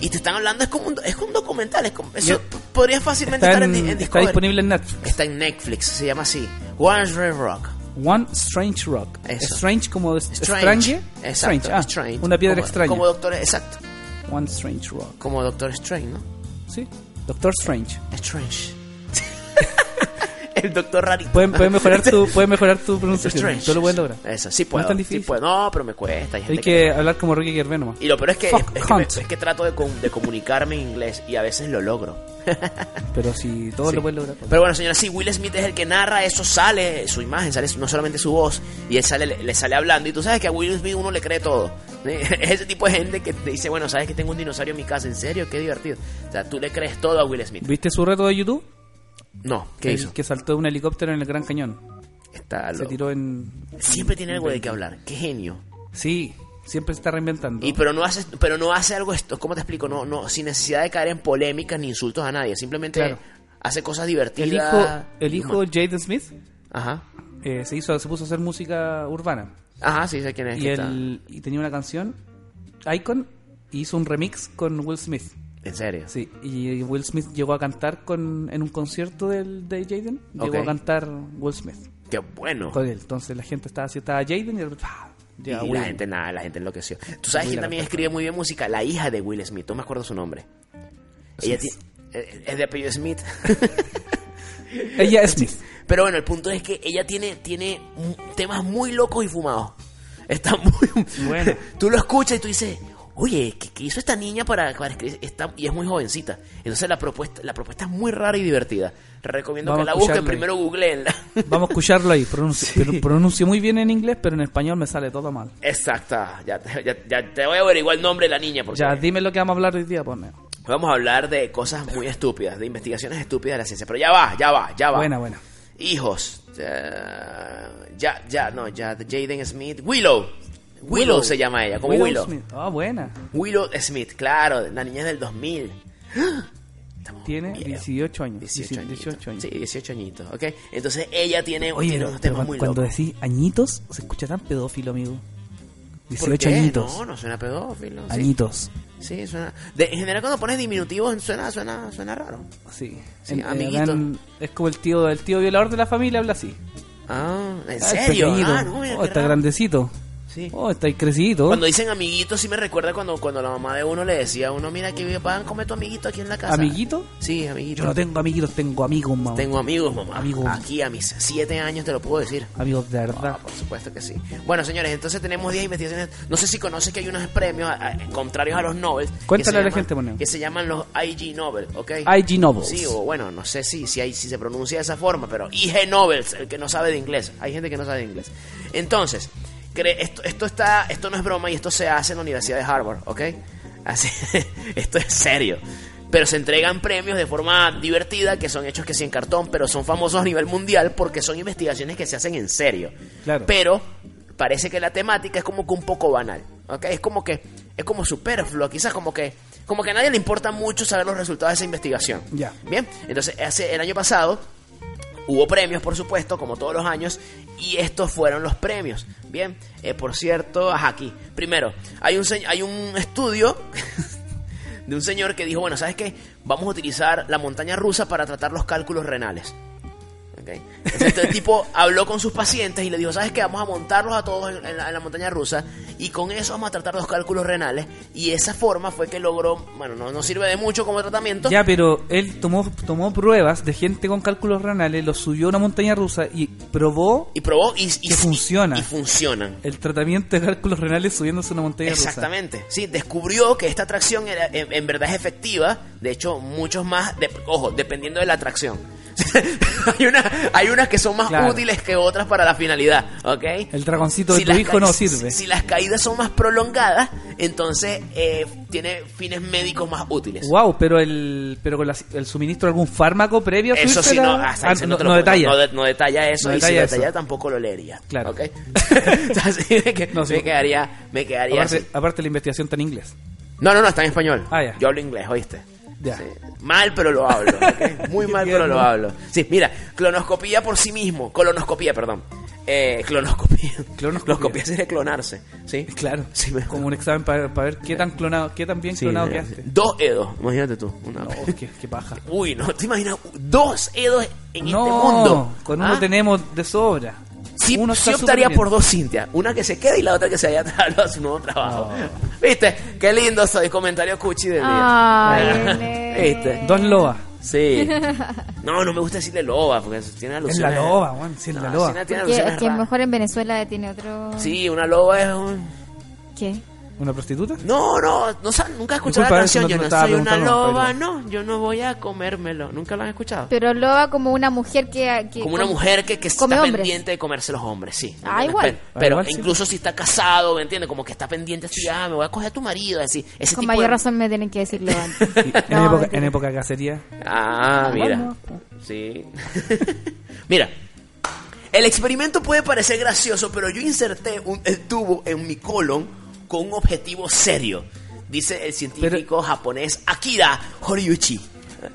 Speaker 1: Y te están hablando, es como un, do- es un documental, es como- eso
Speaker 2: Yo-
Speaker 1: p- podría fácilmente
Speaker 2: Está,
Speaker 1: estar en,
Speaker 2: en-
Speaker 1: en
Speaker 2: está
Speaker 1: Discovery.
Speaker 2: disponible en Netflix.
Speaker 1: Está en Netflix, se llama así. One Red Rock.
Speaker 2: One Strange Rock.
Speaker 1: Eso.
Speaker 2: Strange como de-
Speaker 1: Strange.
Speaker 2: strange.
Speaker 1: Exacto,
Speaker 2: Strange. Ah,
Speaker 1: Strange.
Speaker 2: Una piedra
Speaker 1: Como-
Speaker 2: extraña.
Speaker 1: Como Doctor, exacto.
Speaker 2: One Strange Rock.
Speaker 1: Como Doctor Strange, ¿no?
Speaker 2: Sí. Doctor Strange.
Speaker 1: Strange. El Doctor Rarito.
Speaker 2: Pueden, pueden mejorar tu, pueden mejorar tu pronunciación.
Speaker 1: Strange.
Speaker 2: Tú lo puedes lograr.
Speaker 1: Eso, sí
Speaker 2: No
Speaker 1: puedo.
Speaker 2: es tan
Speaker 1: sí
Speaker 2: difícil.
Speaker 1: puedo. No, pero me cuesta. hay
Speaker 2: Hay
Speaker 1: gente
Speaker 2: que hablar como Ricky Gervais nomás.
Speaker 1: que- Y lo peor es que, es,
Speaker 2: Fuck
Speaker 1: es que, me-
Speaker 2: cunt.
Speaker 1: es que trato de, com- de comunicarme en inglés y a veces lo logro.
Speaker 2: Pero si todo
Speaker 1: Sí.
Speaker 2: lo puedes lograr.
Speaker 1: Pero bueno, señora, sí, Will Smith es el que narra eso, sale su imagen, sale su- no solamente su voz, y él sale, le sale hablando. Y tú sabes que a Will Smith uno le cree todo. Es ese tipo de gente que te dice, bueno, sabes que tengo un dinosaurio en mi casa, ¿en serio? Qué divertido. O sea, tú le crees todo a Will Smith.
Speaker 2: ¿Viste su reto de YouTube?
Speaker 1: No, ¿qué
Speaker 2: El
Speaker 1: hizo?
Speaker 2: Que saltó de un helicóptero en el Gran Cañón.
Speaker 1: Está
Speaker 2: Se
Speaker 1: loco.
Speaker 2: tiró en.
Speaker 1: Siempre tiene algo de qué hablar, qué genio.
Speaker 2: Sí, siempre se está reinventando.
Speaker 1: Y pero no hace, pero no hace algo esto, ¿cómo te explico? No, no, sin necesidad de caer en polémicas ni insultos a nadie, simplemente
Speaker 2: Claro.
Speaker 1: hace cosas
Speaker 2: el
Speaker 1: divertidas.
Speaker 2: hijo, el hijo Jaden Smith
Speaker 1: Ajá.
Speaker 2: eh, se, hizo, se puso a hacer música urbana.
Speaker 1: Ajá, sí sé quién es.
Speaker 2: Y,
Speaker 1: que está-
Speaker 2: él, y tenía una canción, Icon, y hizo un remix con Will Smith.
Speaker 1: En serio.
Speaker 2: Sí, y Will Smith llegó a cantar con, en un concierto del, de Jaden. Llegó
Speaker 1: Ok.
Speaker 2: a cantar Will Smith
Speaker 1: Qué bueno.
Speaker 2: con él. Entonces la gente estaba así, estaba Jaden y de repente, ¡pah!
Speaker 1: Y
Speaker 2: llega
Speaker 1: la
Speaker 2: Ah, Will.
Speaker 1: gente, nada, la gente enloqueció. ¿Tú sabes
Speaker 2: Muy
Speaker 1: quién también
Speaker 2: lamentable.
Speaker 1: escribe muy bien música? La hija de Will Smith, no me acuerdo su nombre. Ella
Speaker 2: Smith.
Speaker 1: ti- eh, es de apellido Smith.
Speaker 2: Ella es Smith.
Speaker 1: Pero bueno, el punto es que ella tiene, tiene un- temas muy locos y fumados. Está muy...
Speaker 2: Bueno.
Speaker 1: Tú lo escuchas y tú dices, oye, ¿qué, qué hizo esta niña para, para escribir? Está, y es muy jovencita. Entonces la propuesta, la propuesta es muy rara y divertida. Recomiendo
Speaker 2: Vamos
Speaker 1: que la
Speaker 2: a
Speaker 1: busquen,
Speaker 2: escucharla.
Speaker 1: primero googleenla.
Speaker 2: Vamos a escucharlo ahí. Pronuncio, pero pronuncio muy bien en inglés, pero en español me sale todo mal.
Speaker 1: Exacta, ya, te- ya, ya te voy a averiguar el nombre de la niña. Porque...
Speaker 2: Ya, dime lo que vamos a hablar hoy día, pues, ponme.
Speaker 1: Vamos a hablar de cosas muy estúpidas, de investigaciones estúpidas de la ciencia. Pero ya va, ya va, ya va.
Speaker 2: Buena, buena.
Speaker 1: Hijos. Ya, ya, ya, no, ya. Jaden Smith. Willow. Willow. se llama ella, como Willow.
Speaker 2: Smith. Ah, buena.
Speaker 1: Willow Smith, claro, la niña es del 2000. Estamos
Speaker 2: Tiene
Speaker 1: viejos.
Speaker 2: 18 años.
Speaker 1: 18 añitos.
Speaker 2: 18 años.
Speaker 1: Sí, 18 añitos, ¿ok? Entonces ella tiene,
Speaker 2: Oye,
Speaker 1: tiene
Speaker 2: pero,
Speaker 1: unos
Speaker 2: pero
Speaker 1: temas
Speaker 2: cuan-
Speaker 1: muy
Speaker 2: cuando
Speaker 1: locos.
Speaker 2: decís añitos, se escucha tan pedófilo, amigo.
Speaker 1: ¿Por
Speaker 2: 18
Speaker 1: qué?
Speaker 2: añitos.
Speaker 1: No, no suena pedófilo. sí.
Speaker 2: Añitos.
Speaker 1: Sí, suena. de- en general, cuando pones diminutivos, suena, suena, suena raro.
Speaker 2: Sí.
Speaker 1: Sí,
Speaker 2: En- eh,
Speaker 1: amiguito.
Speaker 2: acá en- es como el tío, el tío violador de la familia habla así.
Speaker 1: Ah, ¿en
Speaker 2: Ah,
Speaker 1: serio?
Speaker 2: pequeñito.
Speaker 1: Ah, no, mira,
Speaker 2: oh,
Speaker 1: qué
Speaker 2: está
Speaker 1: raro.
Speaker 2: grandecito.
Speaker 1: Sí.
Speaker 2: Oh, está ahí crecidito.
Speaker 1: Cuando dicen amiguitos, sí me recuerda cuando, cuando la mamá de uno le decía a uno, mira que van a comer tu amiguito aquí en la casa.
Speaker 2: ¿Amiguito?
Speaker 1: Sí, amiguito.
Speaker 2: Yo no tengo amiguitos, tengo amigos, mamá.
Speaker 1: Tengo amigos, mamá.
Speaker 2: Amigos.
Speaker 1: Aquí a mis siete años te lo puedo decir.
Speaker 2: Amigos de
Speaker 1: Ah,
Speaker 2: verdad.
Speaker 1: por supuesto que sí. Bueno, señores, entonces tenemos 10 investigaciones. No sé si conoces que hay unos premios a- a- contrarios a los Nobel. que
Speaker 2: Cuéntale
Speaker 1: se
Speaker 2: a la
Speaker 1: llaman-
Speaker 2: gente, Moneo.
Speaker 1: Que se llaman los IG Nobel, ¿ok?
Speaker 2: IG Novels.
Speaker 1: Sí, o bueno, no sé si, si, hay, si se pronuncia de esa forma, pero IG Novels, el que no sabe de inglés. Hay gente que no sabe de inglés. Entonces, cre- esto, esto, está, esto no es broma y esto se hace en la Universidad de Harvard, ¿ok? Así, esto es serio. Pero se entregan premios de forma divertida, que son hechos que sí en cartón, pero son famosos a nivel mundial porque son investigaciones que se hacen en serio.
Speaker 2: Claro.
Speaker 1: Pero parece que la temática es como que un poco banal, ¿ok? Es como que es como superfluo, quizás como que como que a nadie le importa mucho saber los resultados de esa investigación.
Speaker 2: Ya.
Speaker 1: Bien, entonces hace, el año pasado Hubo premios, por supuesto, como todos los años, y estos fueron los premios. Bien, eh, por cierto, ajá, aquí. Primero, hay un, se- hay un estudio de un señor que dijo, bueno, ¿sabes qué? Vamos a utilizar la montaña rusa para tratar los cálculos renales. ¿Ok? Entonces, el tipo habló con sus pacientes y le dijo, ¿sabes qué? Vamos a montarlos a todos en, en la, en la montaña rusa y con eso vamos a tratar los cálculos renales. Y esa forma fue que logró, bueno, no, no sirve de mucho como tratamiento.
Speaker 2: Ya, pero él tomó, tomó pruebas de gente con cálculos renales, los subió a una montaña rusa y probó
Speaker 1: Y probó y, y-
Speaker 2: Que funciona.
Speaker 1: y funcionan.
Speaker 2: el tratamiento de cálculos renales subiéndose a una montaña rusa.
Speaker 1: Exactamente. Sí, descubrió que esta atracción era, en, en verdad es efectiva. De hecho, muchos más, de- ojo, dependiendo de la atracción. hay, una, hay unas que son más
Speaker 2: Claro.
Speaker 1: útiles que otras para la finalidad, ¿ok?
Speaker 2: El dragoncito de tu
Speaker 1: las
Speaker 2: hijo
Speaker 1: ca-
Speaker 2: no
Speaker 1: si-
Speaker 2: sirve.
Speaker 1: Si, las caídas son más prolongadas, entonces eh, tiene fines médicos más útiles.
Speaker 2: Wow, pero el pero con la- el suministro de algún fármaco previo a
Speaker 1: Eso sí,
Speaker 2: subírsela-
Speaker 1: no, hasta ahí
Speaker 2: Ah,
Speaker 1: sí
Speaker 2: no,
Speaker 1: te
Speaker 2: no
Speaker 1: lo-
Speaker 2: detalla.
Speaker 1: no de- no detalla eso.
Speaker 2: No
Speaker 1: y si
Speaker 2: detalla
Speaker 1: detalla
Speaker 2: eso.
Speaker 1: tampoco lo leería.
Speaker 2: Claro.
Speaker 1: ¿ok? Entonces, así de que
Speaker 2: No, sí.
Speaker 1: me quedaría, me quedaría así.
Speaker 2: aparte, aparte la investigación está en inglés.
Speaker 1: No, no, no, está en español.
Speaker 2: Ah, ya.
Speaker 1: Yo hablo inglés, ¿oíste?
Speaker 2: Ya.
Speaker 1: Sí. Este, Mal, pero lo hablo. ¿ok? Muy
Speaker 2: Qué
Speaker 1: mal, pero lo
Speaker 2: tierno.
Speaker 1: hablo. Sí, mira, clonoscopía por sí mismo. Colonoscopía, perdón. Eh, clonoscopía.
Speaker 2: Clonoscopía.
Speaker 1: Clonoscopía sería clonarse, ¿sí?
Speaker 2: Claro,
Speaker 1: Sí, me-
Speaker 2: como un examen para, para ver qué tan clonado, qué tan bien
Speaker 1: Sí,
Speaker 2: clonado
Speaker 1: me-
Speaker 2: quedaste.
Speaker 1: Dos edos, imagínate tú. Una-
Speaker 2: No, qué, qué paja.
Speaker 1: Uy, no, ¿te imaginas? Dos edos en
Speaker 2: no,
Speaker 1: este mundo.
Speaker 2: con uno
Speaker 1: ¿Ah?
Speaker 2: tenemos de sobra.
Speaker 1: Sí,
Speaker 2: uno
Speaker 1: sí
Speaker 2: está
Speaker 1: optaría
Speaker 2: superviviente.
Speaker 1: por dos Cintia. Una que se quede y la otra que se vaya a su nuevo trabajo. ¿Viste? Qué lindo soy. Comentario cuchi del día.
Speaker 3: Ay,
Speaker 1: Ah, ¿Viste?
Speaker 3: Ele.
Speaker 2: Este, Dos lobas.
Speaker 1: Sí. No, no me gusta decirle loba, porque eso tiene
Speaker 2: Es
Speaker 1: alusiones.
Speaker 2: la loba, Juan, sí, es
Speaker 1: No,
Speaker 2: la
Speaker 1: sí,
Speaker 2: loba.
Speaker 1: no tiene
Speaker 3: Que,
Speaker 1: alusiones
Speaker 3: que
Speaker 1: raras.
Speaker 3: mejor en Venezuela tiene otro.
Speaker 1: Sí, una loba es un...
Speaker 3: ¿Qué?
Speaker 2: ¿Una prostituta?
Speaker 1: No, no, no sab- nunca he escuchado
Speaker 2: Disculpa,
Speaker 1: la
Speaker 2: eso
Speaker 1: canción.
Speaker 2: no te
Speaker 1: yo
Speaker 2: lo
Speaker 1: no
Speaker 2: estaba
Speaker 1: soy una
Speaker 2: preguntando,
Speaker 1: loba,
Speaker 2: pero-
Speaker 1: no. Yo no voy a comérmelo. ¿Nunca lo han escuchado?
Speaker 3: Pero loba como una mujer que. que-
Speaker 1: Como una
Speaker 3: con-
Speaker 1: mujer que, que está
Speaker 3: come hombres.
Speaker 1: pendiente de comerse los hombres, sí.
Speaker 3: Ah,
Speaker 1: ¿entiendes?
Speaker 3: igual.
Speaker 1: Pero, pero
Speaker 2: Ah, igual, sí.
Speaker 1: incluso si está casado, ¿me entiendes? Como que está pendiente así, ah, me voy a coger a tu marido, así. Ese
Speaker 3: Con
Speaker 1: tipo
Speaker 3: mayor
Speaker 1: de-
Speaker 3: razón me tienen que decir loba.
Speaker 2: Sí, en,
Speaker 3: No,
Speaker 2: época,
Speaker 3: mentira.
Speaker 2: en época de cacería.
Speaker 1: Ah, mira.
Speaker 2: Bueno.
Speaker 1: Sí. mira. El experimento puede parecer gracioso, pero yo inserté un el tubo en mi colon con un objetivo serio, dice el científico japonés Akira Horiuchi.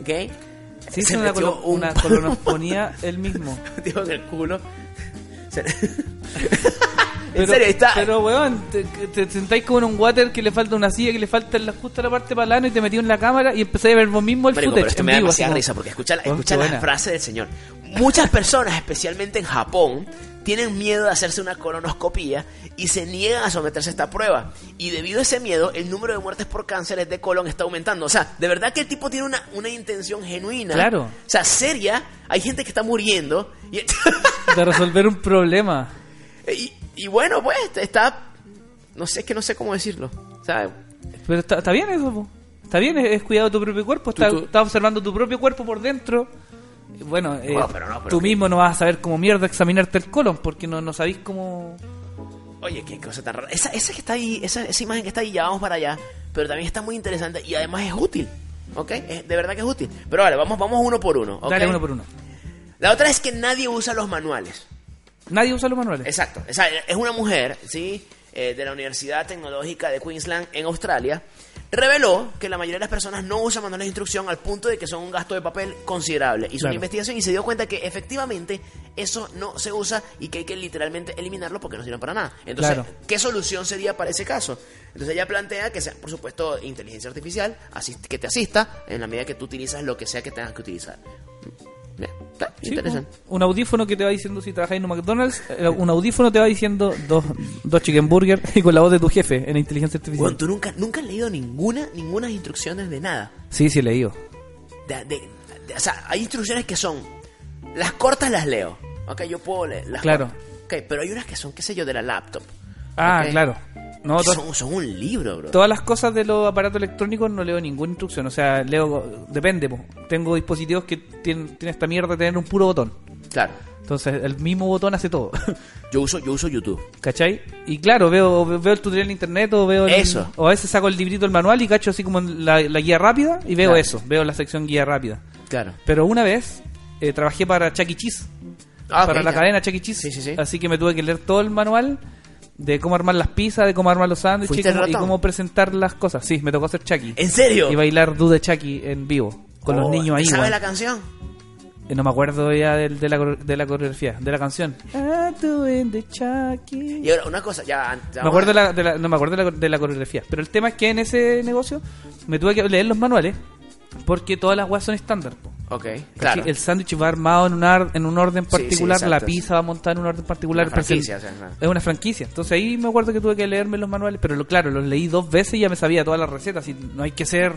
Speaker 1: ¿Ok?
Speaker 2: Sí,
Speaker 1: Se
Speaker 2: hizo una,
Speaker 1: metió
Speaker 2: colo-
Speaker 1: un
Speaker 2: una
Speaker 1: palo-
Speaker 2: colonosponía él mismo.
Speaker 1: metido en el culo. Se- en
Speaker 2: Pero-
Speaker 1: serio, ahí está.
Speaker 2: Pero, weón, te, te sentáis como en un water que le falta una silla, que le falta la, justo la parte para el ano y te metí en la cámara y empecé a ver vos mismo el
Speaker 1: Marico, pero
Speaker 2: footage
Speaker 1: esto
Speaker 2: en
Speaker 1: me da
Speaker 2: vivo. así
Speaker 1: demasiada
Speaker 2: como-
Speaker 1: risa porque escucha, la-
Speaker 2: Weón,
Speaker 1: escucha
Speaker 2: qué
Speaker 1: la
Speaker 2: buena.
Speaker 1: frase del señor. Muchas personas, especialmente en Japón, tienen miedo de hacerse una colonoscopía y se niegan a someterse a esta prueba. Y debido a ese miedo, el número de muertes por cánceres de colon está aumentando. O sea, de verdad que el tipo tiene una, una intención genuina.
Speaker 2: Claro.
Speaker 1: O sea, seria. Hay gente que está muriendo. Y,
Speaker 2: De resolver un problema.
Speaker 1: y- y bueno, pues, está... No sé, es que no sé cómo decirlo. O sea,
Speaker 2: Pero está, está bien eso, po. Está bien, es, es cuidado de tu propio cuerpo. Está,
Speaker 1: tú-
Speaker 2: estás observando tu propio cuerpo por dentro. Bueno, eh,
Speaker 1: Bueno, pero no, pero
Speaker 2: tú
Speaker 1: que-
Speaker 2: mismo no vas a saber cómo mierda examinarte el colon porque no, no sabéis cómo.
Speaker 1: Oye, qué cosa tan rara. Esa, esa que está ahí, esa, esa imagen que está ahí, ya vamos para allá. Pero también está muy interesante y además es útil. ¿Ok? Es- de verdad que es útil. Pero vale, vamos, vamos uno por uno. ¿ok?
Speaker 2: Dale uno por uno.
Speaker 1: La otra es que nadie usa los manuales.
Speaker 2: Nadie usa los manuales.
Speaker 1: Exacto. O sea, es una mujer, ¿sí? Eh, de la Universidad Tecnológica de Queensland en Australia. Reveló que la mayoría de las personas no usan manuales de instrucción al punto de que son un gasto de papel considerable. Hizo una
Speaker 2: Claro.
Speaker 1: investigación y se dio cuenta que efectivamente eso no se usa y que hay que literalmente eliminarlo porque no sirve para nada. Entonces,
Speaker 2: Claro.
Speaker 1: ¿qué solución sería para ese caso? Entonces ella plantea que sea, por supuesto, inteligencia artificial asist- que te asista en la medida que tú utilizas lo que sea que tengas que utilizar. Bien, está
Speaker 2: Sí,
Speaker 1: interesante.
Speaker 2: un, un audífono que te va diciendo si trabajas en un McDonald's, eh, un audífono te va diciendo dos, dos chicken burger y con la voz de tu jefe en la inteligencia artificial.
Speaker 1: Bueno, tú nunca, nunca has leído ninguna, ninguna instrucciones de nada.
Speaker 2: Sí, sí, he leído.
Speaker 1: De- de- de- o sea, hay instrucciones que son. Las cortas las leo. Ok, yo puedo leer. Las
Speaker 2: Claro.
Speaker 1: cortas. Ok, pero hay unas que son, qué sé yo, de la laptop.
Speaker 2: Ah,
Speaker 1: Ok.
Speaker 2: claro. No,
Speaker 1: Que
Speaker 2: to-
Speaker 1: son, son un libro, bro.
Speaker 2: todas las cosas de los aparatos electrónicos no leo ninguna instrucción. O sea, leo. Depende, po. Tengo dispositivos que tienen, tienen esta mierda de tener un puro botón.
Speaker 1: Claro.
Speaker 2: Entonces, el mismo botón hace todo.
Speaker 1: Yo uso, yo uso YouTube.
Speaker 2: ¿Cachai? Y claro, veo, veo el tutorial en internet o veo. el-
Speaker 1: Eso.
Speaker 2: O a veces saco el librito, el manual y cacho así como en la, la guía rápida y veo
Speaker 1: Claro.
Speaker 2: eso. Veo la sección guía rápida.
Speaker 1: Claro.
Speaker 2: Pero una vez eh, trabajé para Chuck E. Cheese.
Speaker 1: Ah,
Speaker 2: para
Speaker 1: ok,
Speaker 2: la
Speaker 1: ya.
Speaker 2: cadena Chuck E. Cheese.
Speaker 1: Sí, sí, sí.
Speaker 2: Así que me tuve que leer todo el manual de cómo armar las pizzas, de cómo armar los sándwiches y
Speaker 1: ¿Fuiste el
Speaker 2: cómo, y
Speaker 1: ratón?
Speaker 2: cómo presentar las cosas. Sí, me tocó hacer E. Chucky.
Speaker 1: ¿En serio?
Speaker 2: Y bailar Dude Chucky en vivo. Con los
Speaker 1: Oh,
Speaker 2: niños ahí.
Speaker 1: ¿Sabes
Speaker 2: weón.
Speaker 1: la canción?
Speaker 2: Eh, No me acuerdo ya del- de, la, core- de la coreografía, de la canción. I'm doing the Chucky.
Speaker 1: Y ahora, una cosa, ya. antes-
Speaker 2: Me acuerdo de la, de la- no me acuerdo de la, de la coreografía. Pero el tema es que en ese negocio me tuve que leer los manuales porque todas las weas son estándar. po.
Speaker 1: Ok,
Speaker 2: ¿Cachai?
Speaker 1: claro.
Speaker 2: El sándwich va armado en un, ar- en un orden
Speaker 1: Sí, sí,
Speaker 2: particular, la
Speaker 1: exacto.
Speaker 2: pizza va montada en un orden particular.
Speaker 1: Una franquicia,
Speaker 2: porque
Speaker 1: o sea, no.
Speaker 2: es una franquicia. Entonces ahí me acuerdo que tuve que leerme los manuales, pero lo, claro, los leí dos veces y ya me sabía todas las recetas. Y no hay que ser,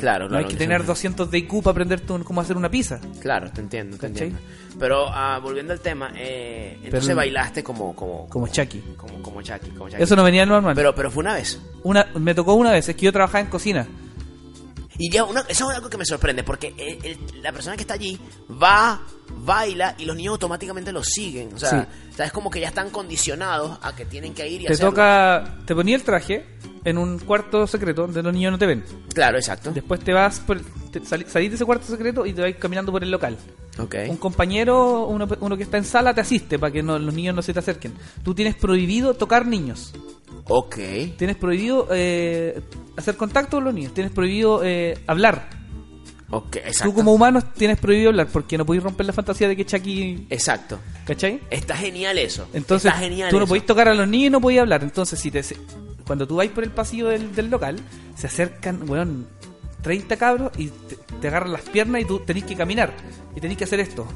Speaker 1: Claro,
Speaker 2: no hay
Speaker 1: claro,
Speaker 2: que
Speaker 1: sí,
Speaker 2: tener
Speaker 1: sí.
Speaker 2: 200 de IQ para aprender tú cómo hacer una pizza.
Speaker 1: Claro, te entiendo, te
Speaker 2: ¿Cachai?
Speaker 1: entiendo. Pero ah, volviendo al tema, eh, entonces
Speaker 2: Pero-
Speaker 1: bailaste como. Como,
Speaker 2: Como Chucky.
Speaker 1: Como, como Chucky, como Chucky.
Speaker 2: Eso no venía en el manual.
Speaker 1: Pero, pero fue una vez.
Speaker 2: Una, me tocó una vez, es que yo trabajaba en cocina.
Speaker 1: Y ya, una- eso es algo que me sorprende, porque el- el- la persona que está allí va, baila y los niños automáticamente lo siguen. O sea,
Speaker 2: Sí.
Speaker 1: o sea, es como que ya están condicionados a que tienen que ir y
Speaker 2: te
Speaker 1: hacerlo.
Speaker 2: toca, te ponía el traje en un cuarto secreto donde los niños no te ven.
Speaker 1: Claro, exacto.
Speaker 2: Después te vas, por, te sali- salís de ese cuarto secreto y te vas caminando por el local.
Speaker 1: Ok.
Speaker 2: Un compañero, uno, uno que está en sala, te asiste para que no- los niños no se te acerquen. Tú tienes prohibido tocar niños.
Speaker 1: Ok.
Speaker 2: Tienes prohibido eh, hacer contacto con los niños. Tienes prohibido eh, hablar.
Speaker 1: Ok, exacto.
Speaker 2: Tú como humano tienes prohibido hablar porque no podéis romper la fantasía de que Chucky...
Speaker 1: Exacto.
Speaker 2: ¿Cachai?
Speaker 1: Está genial eso.
Speaker 2: Entonces,
Speaker 1: Está genial
Speaker 2: tú no
Speaker 1: eso.
Speaker 2: podés tocar a los niños y no podés hablar. Entonces, si te, se- cuando tú vais por el pasillo del, del local, se acercan, weón, 30 cabros y te, te agarran las piernas y tú tenés que caminar. Y tenés que hacer esto.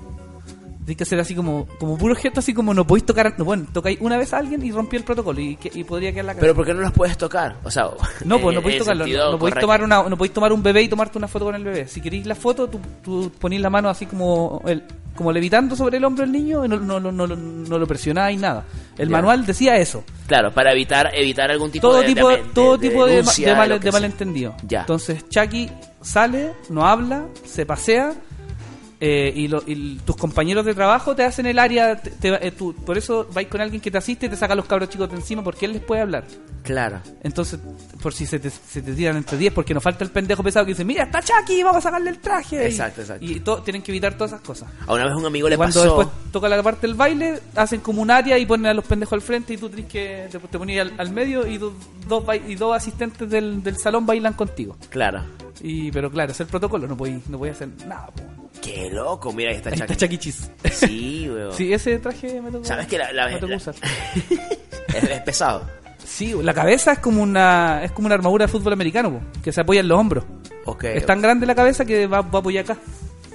Speaker 2: Tenés que hacer así como, como puro gesto, así como no podéis tocar. a- Bueno, tocáis una vez a alguien y rompí el protocolo y, que- y podría quedar la cara.
Speaker 1: Pero ¿por qué no los puedes tocar? O sea,
Speaker 2: no, pues
Speaker 1: en-
Speaker 2: no podéis
Speaker 1: en
Speaker 2: tocarlo.
Speaker 1: Eh, sentido
Speaker 2: No, no podéis
Speaker 1: correcto.
Speaker 2: tomar una, no podéis tomar un bebé y tomarte una foto con el bebé. Si queréis la foto, tú, tú ponís la mano así como el, como levitando sobre el hombro del niño y no, no, no, no, lo- no lo presionáis nada. El
Speaker 1: Ya.
Speaker 2: manual decía eso.
Speaker 1: Claro, para evitar evitar algún tipo
Speaker 2: todo
Speaker 1: de
Speaker 2: tipo de,
Speaker 1: de-
Speaker 2: todo tipo de,
Speaker 1: denuncia,
Speaker 2: de mal-
Speaker 1: lo
Speaker 2: de
Speaker 1: que sea.
Speaker 2: malentendido.
Speaker 1: Ya.
Speaker 2: Entonces Chucky sale, no habla, se pasea eh, y, lo- y tus compañeros de trabajo te hacen el área. te- te- eh, tú- por eso vais con alguien que te asiste y te saca a los cabros chicos de encima porque él les puede hablar.
Speaker 1: Claro.
Speaker 2: Entonces, por si se te, se te tiran entre 10, porque nos falta el pendejo pesado que dice: Mira, está Chucky, vamos a sacarle el traje.
Speaker 1: Exacto, exacto.
Speaker 2: Y, to- tienen que evitar todas esas cosas.
Speaker 1: A una vez un amigo le
Speaker 2: Cuando
Speaker 1: pasó.
Speaker 2: después toca la parte del baile, hacen como un área y ponen a los pendejos al frente y tú tenés que te, te ponís al, al medio y, do- dos bai- y dos asistentes del, del salón bailan contigo.
Speaker 1: Claro.
Speaker 2: Y, pero claro, es el protocolo, no podéis no podéis hacer nada. po.
Speaker 1: Qué loco, mira, ahí está
Speaker 2: Ahí está
Speaker 1: Chucky.
Speaker 2: Chucky Cheese.
Speaker 1: Sí, weón.
Speaker 2: Sí, ese traje me tocó.
Speaker 1: ¿Sabes que la, la-
Speaker 2: me tocó
Speaker 1: la-
Speaker 2: usar.
Speaker 1: es, es pesado.
Speaker 2: Sí, la cabeza es como una es como una armadura de fútbol americano, po, que se apoya en los hombros.
Speaker 1: Ok.
Speaker 2: Es tan grande la cabeza que va, va a apoyar acá,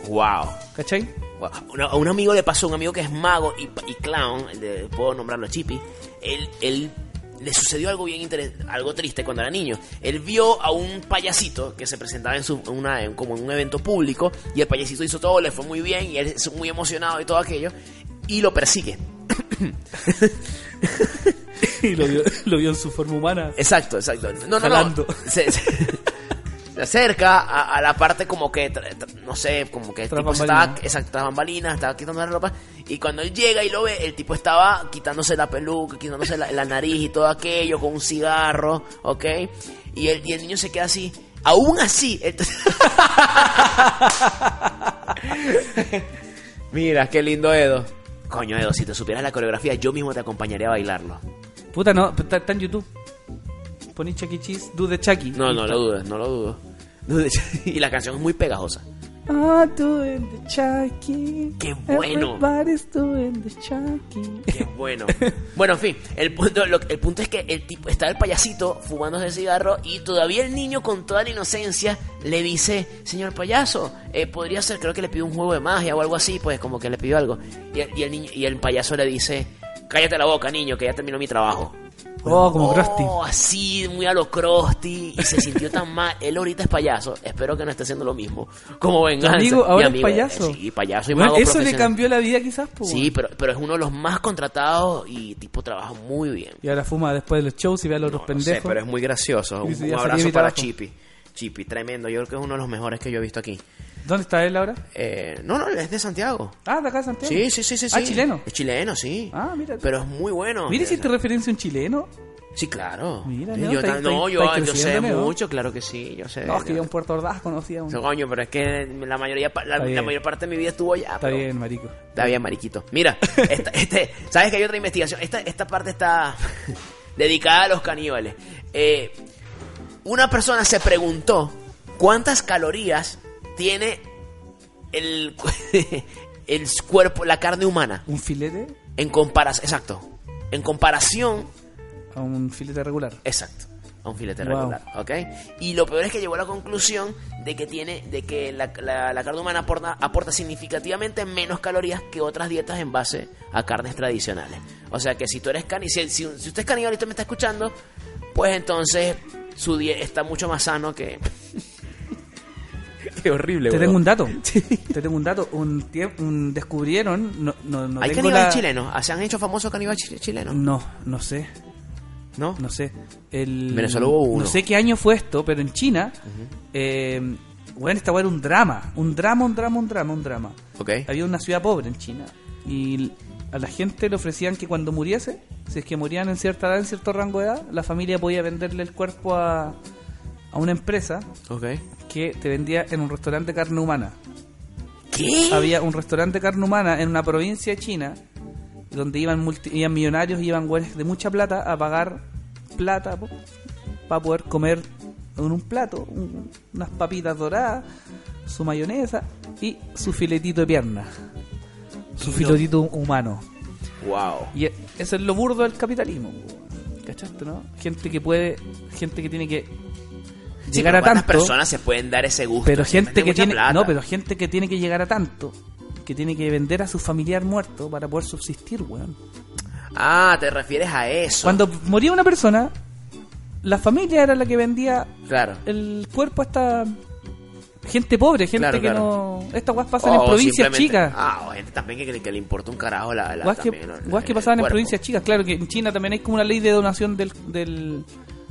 Speaker 1: Wow.
Speaker 2: ¿cachai?
Speaker 1: Wow. Una- a un amigo le pasó, un amigo que es mago y, y clown, el de- puedo nombrarlo Chippy, él, él- le sucedió algo bien interesante, algo triste cuando era niño. Él vio a un payasito que se presentaba en su, en una, en- como en un evento público y el payasito hizo todo, le fue muy bien y él es muy emocionado y todo aquello y lo persigue.
Speaker 2: Y lo vio, lo vio en su forma humana.
Speaker 1: Exacto, exacto. No, no, no.
Speaker 2: Jalando.
Speaker 1: Se, se- se acerca a, a la parte como que, tra- tra- no sé, como que el
Speaker 2: Tras
Speaker 1: tipo estaba,
Speaker 2: bambalinas.
Speaker 1: exacto, tras bambalinas, estaba quitando la ropa. Y cuando él llega y lo ve, el tipo estaba quitándose la peluca, quitándose la, la nariz y todo aquello, con un cigarro, ¿ok? Y el, y el niño se queda así. Aún así, el- Mira, qué lindo Edo. Coño, Edo, si te supieras la coreografía, yo mismo te acompañaría a bailarlo.
Speaker 2: Puta, no, pero está, está en YouTube. Poní Chucky Cheese, dude de E. Chucky.
Speaker 1: No, no lo dudes, no lo dudo. Y la canción es muy pegajosa.
Speaker 2: Ah, doing the Chucky.
Speaker 1: ¡Qué bueno!
Speaker 2: Everybody's doing the Chucky.
Speaker 1: Qué bueno. Bueno, en fin, el punto, lo- el punto es que el tipo está el payasito fumándose el cigarro y todavía el niño con toda la inocencia le dice, señor payaso, eh, podría ser, creo que le pidió un juego de magia o algo así, pues como que le pidió algo. Y el, y el niño, y el payaso le dice, cállate la boca, niño, que ya terminó mi trabajo.
Speaker 2: Oh, como Krusty.
Speaker 1: Oh, así, muy a lo Krusty. Y se sintió tan mal. Él ahorita es payaso. Espero que no esté haciendo lo mismo. Como venganza.
Speaker 2: amigo
Speaker 1: Mi
Speaker 2: ahora
Speaker 1: amigo,
Speaker 2: es payaso.
Speaker 1: eh, Sí, payaso y
Speaker 2: Bueno,
Speaker 1: mago
Speaker 2: eso le
Speaker 1: profesional.
Speaker 2: cambió la vida quizás, pues.
Speaker 1: Sí, pero, pero es uno de los más contratados y tipo trabaja muy bien.
Speaker 2: Y ahora fuma después de los shows y ve a los
Speaker 1: No,
Speaker 2: otros
Speaker 1: no
Speaker 2: pendejos.
Speaker 1: sé, pero es muy gracioso.
Speaker 2: Y
Speaker 1: Un,
Speaker 2: dice,
Speaker 1: un
Speaker 2: ya pues. salí de
Speaker 1: abrazo
Speaker 2: mi
Speaker 1: para
Speaker 2: trabajo.
Speaker 1: Chippy. Chippy, tremendo. Yo creo que es uno de los mejores que yo he visto aquí.
Speaker 2: ¿Dónde está él ahora?
Speaker 1: Eh, no, no, él es de Santiago.
Speaker 2: Ah, de acá de Santiago.
Speaker 1: Sí, sí, sí, sí.
Speaker 2: Ah,
Speaker 1: sí.
Speaker 2: chileno.
Speaker 1: Es chileno, sí.
Speaker 2: Ah, mira.
Speaker 1: Pero es muy bueno.
Speaker 2: Mira,
Speaker 1: si
Speaker 2: hiciste referencia a un chileno.
Speaker 1: Sí, claro.
Speaker 2: Mira,
Speaker 1: Sí,
Speaker 2: Leo,
Speaker 1: yo,
Speaker 2: está-
Speaker 1: tan-
Speaker 2: está-
Speaker 1: no, yo,
Speaker 2: está
Speaker 1: yo sé
Speaker 2: creciendo, Leo.
Speaker 1: mucho, claro que sí. Yo sé.
Speaker 2: No, es que
Speaker 1: yo-
Speaker 2: yo en Puerto Ordaz conocía a un...
Speaker 1: No, coño, pero es que la mayoría pa- la,
Speaker 2: Está
Speaker 1: la
Speaker 2: bien.
Speaker 1: mayor parte de mi vida estuvo allá.
Speaker 2: Está
Speaker 1: pero-
Speaker 2: bien, marico.
Speaker 1: Está bien, mariquito. Mira, esta- este, sabes que hay otra investigación. Esta, esta parte está dedicada a los caníbales. Eh, una persona se preguntó cuántas calorías tiene el, cu- el cuerpo, la carne humana,
Speaker 2: ¿Un filete?
Speaker 1: en comparación, exacto, en comparación,
Speaker 2: A un filete regular.
Speaker 1: exacto, a un filete
Speaker 2: Wow.
Speaker 1: regular, ¿ok? Y lo peor es que llegó a la conclusión de que tiene, de que la, la- la carne humana aporta, aporta significativamente menos calorías que otras dietas en base a carnes tradicionales. O sea que si tú eres cani, si, si- si usted es caníbal y usted me está escuchando, pues entonces su dieta está mucho más sano que. Qué horrible.
Speaker 2: Te
Speaker 1: weón.
Speaker 2: tengo un dato. Te tengo un dato. Un, tie- un descubrieron. No, no, no
Speaker 1: ¿Hay
Speaker 2: tengo
Speaker 1: caníbales
Speaker 2: la-
Speaker 1: chilenos? ¿Ah, ¿Se han hecho famosos caníbales chi- chilenos?
Speaker 2: No, no sé.
Speaker 1: ¿No?
Speaker 2: No sé. El,
Speaker 1: Venezuela hubo uno.
Speaker 2: No sé qué año fue esto, pero en China. eh, bueno, esta weá era un drama. Un drama, un drama, un drama, un drama.
Speaker 1: Ok.
Speaker 2: Había una ciudad pobre en China. Y l- a la gente le ofrecían que cuando muriese, si es que morían en cierta edad, en cierto rango de edad, la familia podía venderle el cuerpo a, a una empresa
Speaker 1: Ok.
Speaker 2: que te vendía en un restaurante carne humana.
Speaker 1: ¿Qué?
Speaker 2: había un restaurante de carne humana en una provincia china donde iban, multi- iban millonarios y iban güeyes de mucha plata a pagar plata para poder comer en un plato un- unas papitas doradas, su mayonesa y su filetito de pierna. Su filetito humano.
Speaker 1: Wow.
Speaker 2: Y e- eso es lo burdo del capitalismo. ¿Cachaste, no? Gente que puede, gente que tiene que
Speaker 1: Sí,
Speaker 2: llegar
Speaker 1: pero
Speaker 2: a
Speaker 1: ¿cuántas
Speaker 2: tanto
Speaker 1: personas se pueden dar ese gusto?
Speaker 2: pero
Speaker 1: Se mete
Speaker 2: gente que
Speaker 1: mucha
Speaker 2: tiene
Speaker 1: plata.
Speaker 2: no pero gente que tiene que llegar a tanto que tiene que vender a su familiar muerto para poder subsistir weón
Speaker 1: Ah, te refieres a eso.
Speaker 2: cuando moría una persona la familia era la que vendía
Speaker 1: Claro.
Speaker 2: el cuerpo a esta gente pobre gente
Speaker 1: Claro,
Speaker 2: que
Speaker 1: claro.
Speaker 2: no estas guas pasan
Speaker 1: O
Speaker 2: en provincias
Speaker 1: simplemente-
Speaker 2: chicas
Speaker 1: Ah, o gente también que, le- que le importa un carajo la. la
Speaker 2: guas que,
Speaker 1: también, ¿no?
Speaker 2: guas que
Speaker 1: El
Speaker 2: pasaban en
Speaker 1: cuerpo.
Speaker 2: provincias chicas claro que en China también hay como una ley de donación del, del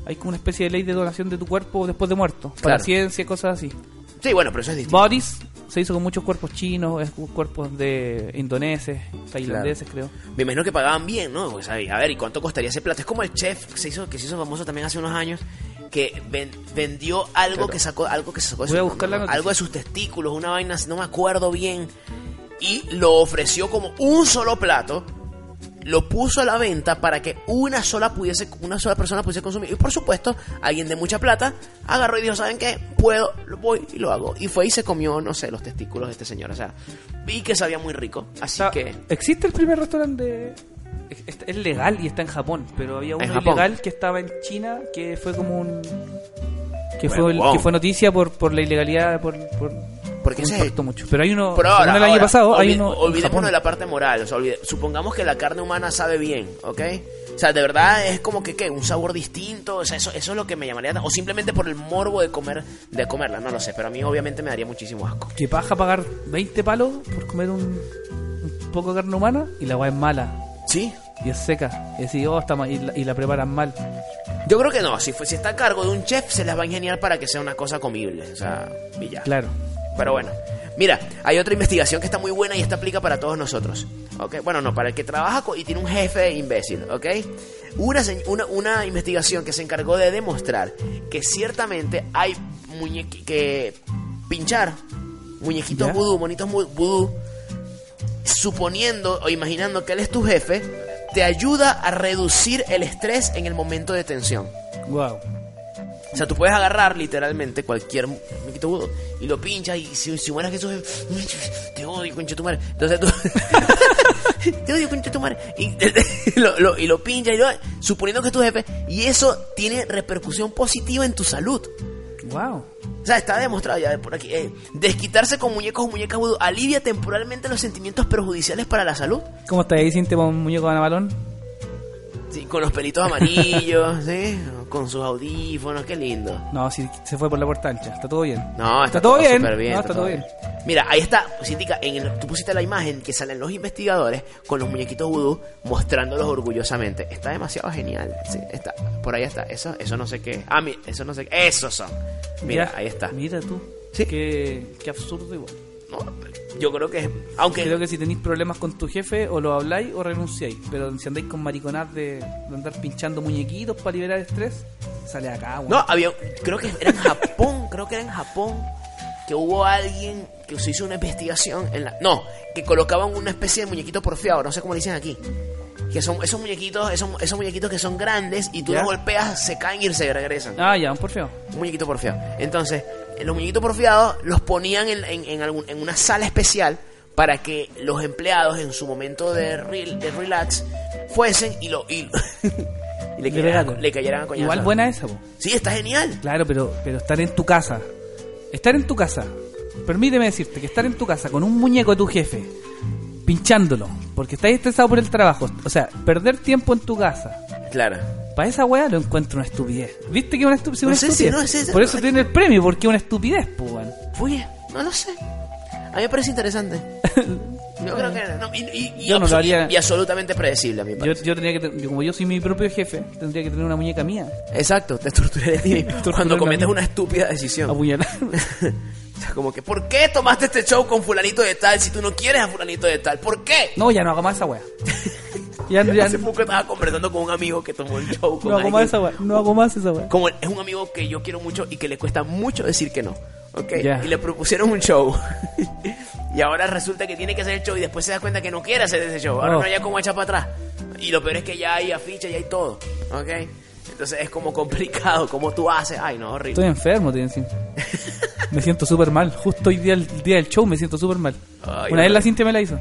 Speaker 2: hay como una especie de ley de donación de tu cuerpo después de muerto para
Speaker 1: Claro.
Speaker 2: ciencia cosas así
Speaker 1: Sí, bueno, pero eso es distinto.
Speaker 2: Bodies se hizo con muchos cuerpos chinos, es- cuerpos de indoneses, tailandeses, creo.
Speaker 1: Me imagino que pagaban bien, ¿no? Pues, ay, a ver, ¿y cuánto costaría ese plato? Es como el chef que se hizo, que se hizo famoso también hace unos años, que ven- vendió algo que sacó, algo que sacó de
Speaker 2: Voy a
Speaker 1: sus-
Speaker 2: buscar la noticia.
Speaker 1: algo de sus testículos, una vaina, no me acuerdo bien, y lo ofreció como un solo plato. Lo puso a la venta para que una sola pudiese, una sola persona pudiese consumir. Y por supuesto, alguien de mucha plata agarró y dijo, ¿saben qué? Puedo, lo voy y lo hago. Y fue y se comió, no sé, los testículos de este señor. O sea, vi que sabía muy rico. Así
Speaker 2: Está-
Speaker 1: que.
Speaker 2: Existe el primer restaurante. de- es- Es, es legal y está en Japón, pero había
Speaker 1: En
Speaker 2: uno
Speaker 1: Japón.
Speaker 2: ilegal que estaba en China que fue como un. que fue,
Speaker 1: Huevón.
Speaker 2: que fue noticia por, por la ilegalidad, por. por
Speaker 1: Porque
Speaker 2: me
Speaker 1: ese es-
Speaker 2: impactó mucho. Pero hay uno.
Speaker 1: Pero ahora,
Speaker 2: según el año
Speaker 1: ahora,
Speaker 2: pasado, hay
Speaker 1: olvi-
Speaker 2: uno. en Japón.
Speaker 1: olvidémonos de la parte moral. o sea, olvide- supongamos que la carne humana sabe bien, ¿ok? O sea, de verdad es como que, ¿qué? Un sabor distinto. O sea, eso, eso es lo que me llamaría. O simplemente por el morbo de comer de comerla. No lo sé, pero a mí obviamente me daría muchísimo asco.
Speaker 2: Que paja pagar 20 palos por comer un, un poco de carne humana y la agua es mala.
Speaker 1: ¿Sí?
Speaker 2: Y es seca. Y así, oh, está mal, y, la, y la preparan mal.
Speaker 1: Yo creo que no. Si, fue, si está a cargo de un chef, se las va a ingeniar para que sea una cosa comible. O sea, y ya.
Speaker 2: Claro.
Speaker 1: Pero bueno, mira, hay otra investigación que está muy buena y esta aplica para todos nosotros. ¿ok? Bueno, no, para el que trabaja co- y tiene un jefe imbécil, ¿ok? Una, se- una, una investigación que se encargó de demostrar que ciertamente hay muñequi- que pinchar muñequitos
Speaker 2: ¿Ya?
Speaker 1: vudú, monitos mu- vudú, suponiendo o imaginando que él es tu jefe, te ayuda a reducir el estrés en el momento de tensión.
Speaker 2: Wow.
Speaker 1: O sea, tú puedes agarrar literalmente cualquier muñequito vudú y lo pinchas y si, si mueres Jesús, te odio, concha de tu madre. Entonces tú, te odio, concha de tu madre. Y, lo, lo- y lo pinchas y lo, suponiendo que es tu jefe. Y eso tiene repercusión positiva en tu salud.
Speaker 2: Wow.
Speaker 1: O sea, está demostrado ya por aquí. eh, desquitarse con muñecos o muñecas vudú alivia temporalmente los sentimientos perjudiciales para la salud.
Speaker 2: ¿Cómo estás ahí, Cintia, con un muñeco de balón?
Speaker 1: Sí, con los pelitos amarillos, ¿sí? con sus audífonos, qué lindo.
Speaker 2: No, si se fue por la puerta ancha. Está todo bien.
Speaker 1: No,
Speaker 2: está, todo bien.
Speaker 1: súper bien,
Speaker 2: No, está, todo bien.
Speaker 1: Mira, ahí está, Cintica, en el- tú pusiste la imagen que salen los investigadores con los muñequitos vudú mostrándolos orgullosamente. Está demasiado genial. Sí, está, por ahí está. Eso, eso no sé qué. Ah, mi- eso no sé qué. Esos son. Mira,
Speaker 2: Ya.
Speaker 1: ahí está.
Speaker 2: Mira tú.
Speaker 1: Sí.
Speaker 2: Qué, qué absurdo igual.
Speaker 1: No, yo creo que. Aunque.
Speaker 2: Creo que si tenéis problemas con tu jefe, o lo habláis o renunciáis. Pero si andáis con mariconadas de, de andar pinchando muñequitos para liberar estrés, sale acá, weón.
Speaker 1: No, había. Creo que era en Japón. creo que era en Japón. Que hubo alguien que se hizo una investigación en la. No, que colocaban una especie de muñequito porfiado. No sé cómo le dicen aquí. Que son esos muñequitos, esos, esos muñequitos que son grandes y tú
Speaker 2: ¿Ya?
Speaker 1: los golpeas, se caen y se regresan.
Speaker 2: Ah, ya, por feo.
Speaker 1: Un muñequito porfiado. Entonces, eh, los muñequitos porfiados los ponían en, en, en algún- en una sala especial para que los empleados en su momento de, rel- de relax fuesen y lo y, y le, cayeran, a- le cayeran a coñazo.
Speaker 2: Igual buena esa, po.
Speaker 1: Sí, está genial.
Speaker 2: Claro, pero, pero estar en tu casa. Estar en tu casa. Permíteme decirte que estar en tu casa con un muñeco de tu jefe, pinchándolo, porque estás estresado por el trabajo. O sea, perder tiempo en tu casa.
Speaker 1: Claro.
Speaker 2: Para esa weá lo encuentro una estupidez. ¿Viste que es una, estu- sí,
Speaker 1: No
Speaker 2: una
Speaker 1: sé si-
Speaker 2: estupidez?
Speaker 1: no sé si-
Speaker 2: por eso tiene el premio, porque es una estupidez, po, weón.
Speaker 1: Fui, no lo sé. A mí me parece interesante. Yo creo que no, y, y- y
Speaker 2: Yo no lo
Speaker 1: abso-
Speaker 2: haría.
Speaker 1: y absolutamente predecible a mi
Speaker 2: Yo,
Speaker 1: parecer.
Speaker 2: yo tendría que, ten- yo- como yo soy mi propio jefe, tendría que tener una muñeca mía.
Speaker 1: Exacto, te torturaré a ti mismo
Speaker 2: Torturaré
Speaker 1: cuando
Speaker 2: a
Speaker 1: cometes
Speaker 2: mí.
Speaker 1: una estúpida
Speaker 2: Ah,
Speaker 1: decisión.
Speaker 2: Apuñalarme.
Speaker 1: O sea, como que, ¿por qué tomaste este show con fulanito de tal si tú no quieres a fulanito de tal? ¿Por qué?
Speaker 2: No, ya no haga más esa weá. Ya, ya-
Speaker 1: Hace poco estaba conversando con un amigo que tomó el show con
Speaker 2: no hago
Speaker 1: alguien.
Speaker 2: más esa weá. No hago más esa weá.
Speaker 1: Como es un amigo que yo quiero mucho y que le cuesta mucho decir que no. ¿Ok?
Speaker 2: Ya.
Speaker 1: Y le propusieron un show. y ahora resulta que tiene que hacer el show y después se da cuenta que no quiere hacer ese show. Ahora
Speaker 2: No.
Speaker 1: no haya como echar para atrás. Y lo peor es que ya hay afiches, ya hay todo. ¿Ok? Entonces es como complicado, como tú haces. Ay, no, horrible.
Speaker 2: Estoy enfermo, te encima. Me siento súper mal. Justo hoy día, el día del show me siento súper mal.
Speaker 1: Ay,
Speaker 2: Una vez
Speaker 1: hombre.
Speaker 2: la Cintia me la hizo.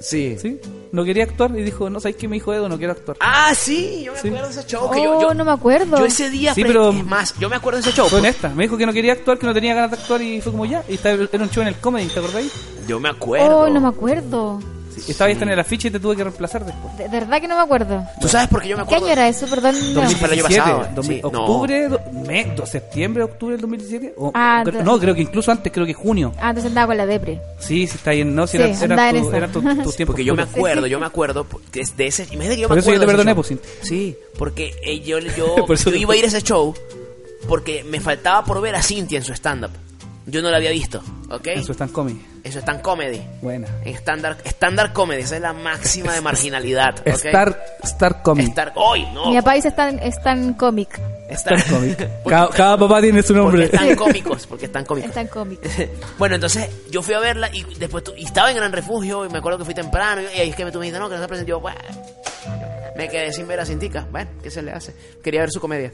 Speaker 1: Sí.
Speaker 2: ¿Sí? No quería actuar y dijo, no, ¿sabes qué? Me dijo Edo, no quiero actuar.
Speaker 1: Ah, sí, yo me
Speaker 2: Sí.
Speaker 1: acuerdo de ese show.
Speaker 3: Oh,
Speaker 1: que yo, yo-
Speaker 3: no me acuerdo.
Speaker 1: Yo ese día,
Speaker 2: Sí,
Speaker 1: fre-
Speaker 2: pero-
Speaker 1: es más, yo me acuerdo de ese show.
Speaker 2: Fue honesta. Me dijo que no quería actuar, que no tenía ganas de actuar y fue como ya. Y estaba, era un show en el comedy, ¿te acordáis?
Speaker 1: Yo me acuerdo.
Speaker 3: Oh, no me acuerdo.
Speaker 2: Sí. Estaba hasta en el afiche y te tuve que reemplazar después.
Speaker 3: De, de verdad que no me acuerdo.
Speaker 1: ¿Tú sabes por qué yo me
Speaker 3: ¿Qué
Speaker 1: acuerdo?
Speaker 3: año era eso? Perdón. no.
Speaker 1: Sí, 2000. fue el año pasado,
Speaker 2: dos mil-
Speaker 1: sí, no.
Speaker 2: octubre, do- me- do- septiembre, octubre del 2017. O-
Speaker 3: Ah,
Speaker 2: creo-
Speaker 3: do-
Speaker 2: no, creo que incluso antes, creo que junio.
Speaker 3: Ah, entonces andaba con la depre.
Speaker 2: Sí, sí, está bien. No, si
Speaker 3: Sí,
Speaker 2: era, era
Speaker 3: andaba en
Speaker 2: tu,
Speaker 3: esa.
Speaker 2: era tu, tu tiempo.
Speaker 1: Porque yo me
Speaker 2: oscuro.
Speaker 1: acuerdo, yo me acuerdo de, de ese. Imagínate que yo
Speaker 2: Por
Speaker 1: me
Speaker 2: eso yo
Speaker 1: acuerdo.
Speaker 2: te perdoné,
Speaker 1: de
Speaker 2: pues,
Speaker 1: ese show.
Speaker 2: Cintia.
Speaker 1: Sí, porque eh, yo, yo,
Speaker 2: Por eso
Speaker 1: yo
Speaker 2: te-
Speaker 1: iba a ir a ese show porque me faltaba por ver a Cintia en su stand-up. Yo no la había visto, ¿ok?
Speaker 2: En su stand comedy.
Speaker 1: Eso está en comedy.
Speaker 2: Buena.
Speaker 1: En estándar estándar comedy, esa es la máxima de marginalidad. ¿ok?
Speaker 2: Star, Star comedy.
Speaker 1: Star. ¡Ay, no!
Speaker 3: Mi papá dice tan, es tan cómic.
Speaker 1: Star
Speaker 2: Cada, cada papá tiene su
Speaker 1: Porque
Speaker 2: nombre.
Speaker 1: están cómicos, porque están cómicos.
Speaker 3: Es tan cómic.
Speaker 1: bueno, entonces yo fui a verla y después tú- y estaba en Gran Refugio y me acuerdo que fui temprano y, y ahí es que me tú me dijiste, no, que no se presentó. Yo, bueno, me quedé sin ver a Cintica. Bueno, ¿qué se le hace? Quería ver su comedia.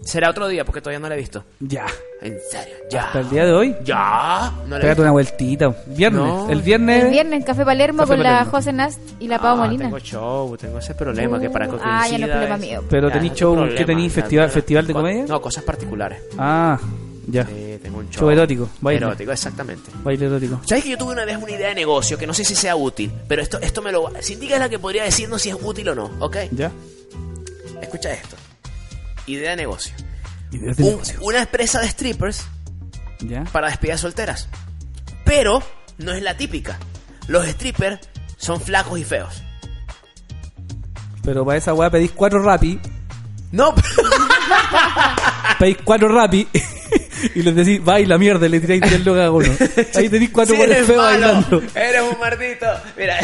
Speaker 1: Será otro día porque todavía no la he visto.
Speaker 2: Ya.
Speaker 1: En serio, ya.
Speaker 2: Hasta el día de hoy.
Speaker 1: Ya. No la he
Speaker 2: Pégate
Speaker 1: visto.
Speaker 2: una vueltita. Viernes.
Speaker 1: No.
Speaker 2: El viernes.
Speaker 3: El viernes en Café Palermo
Speaker 2: Café
Speaker 3: con
Speaker 2: Palermo.
Speaker 3: la José Nast y la Pau
Speaker 1: Ah,
Speaker 3: Molina.
Speaker 1: Tengo show, tengo ese problema que para que
Speaker 3: Uh, ah, ya no
Speaker 1: coincida
Speaker 3: es problema
Speaker 1: es-
Speaker 3: mío.
Speaker 2: Pero
Speaker 1: Ya,
Speaker 2: tenéis
Speaker 1: no es
Speaker 2: show.
Speaker 1: problema,
Speaker 2: ¿Qué tenéis?
Speaker 1: no,
Speaker 2: Festival,
Speaker 1: no,
Speaker 2: ¿Festival de
Speaker 1: no,
Speaker 2: comedia?
Speaker 1: No, cosas particulares.
Speaker 2: Ah, ya.
Speaker 1: Sí, tengo un show.
Speaker 2: Show erótico, baile.
Speaker 1: Erótico, exactamente.
Speaker 2: Baile erótico.
Speaker 1: ¿Sabes que yo tuve una vez una idea de negocio que no sé si sea útil? Pero esto, esto me lo... Cintica es la que podría decirnos si es útil o no, ¿ok?
Speaker 2: Ya.
Speaker 1: Escucha esto. Idea de negocio.
Speaker 2: Ideas de
Speaker 1: Un-
Speaker 2: negocio.
Speaker 1: una empresa de strippers
Speaker 2: Ya.
Speaker 1: para despedidas solteras. Pero no es la típica. Los strippers son flacos y feos.
Speaker 2: Pero para esa weá pedís cuatro rapi.
Speaker 1: No,
Speaker 2: Pedís cuatro rapi. y les decís, baila mierda. y Le tiráis 10 locas a uno. Ahí tenéis cuatro
Speaker 1: si
Speaker 2: buenos
Speaker 1: eres
Speaker 2: feos
Speaker 1: malo,
Speaker 2: bailando.
Speaker 1: Eres un mardito. Mira.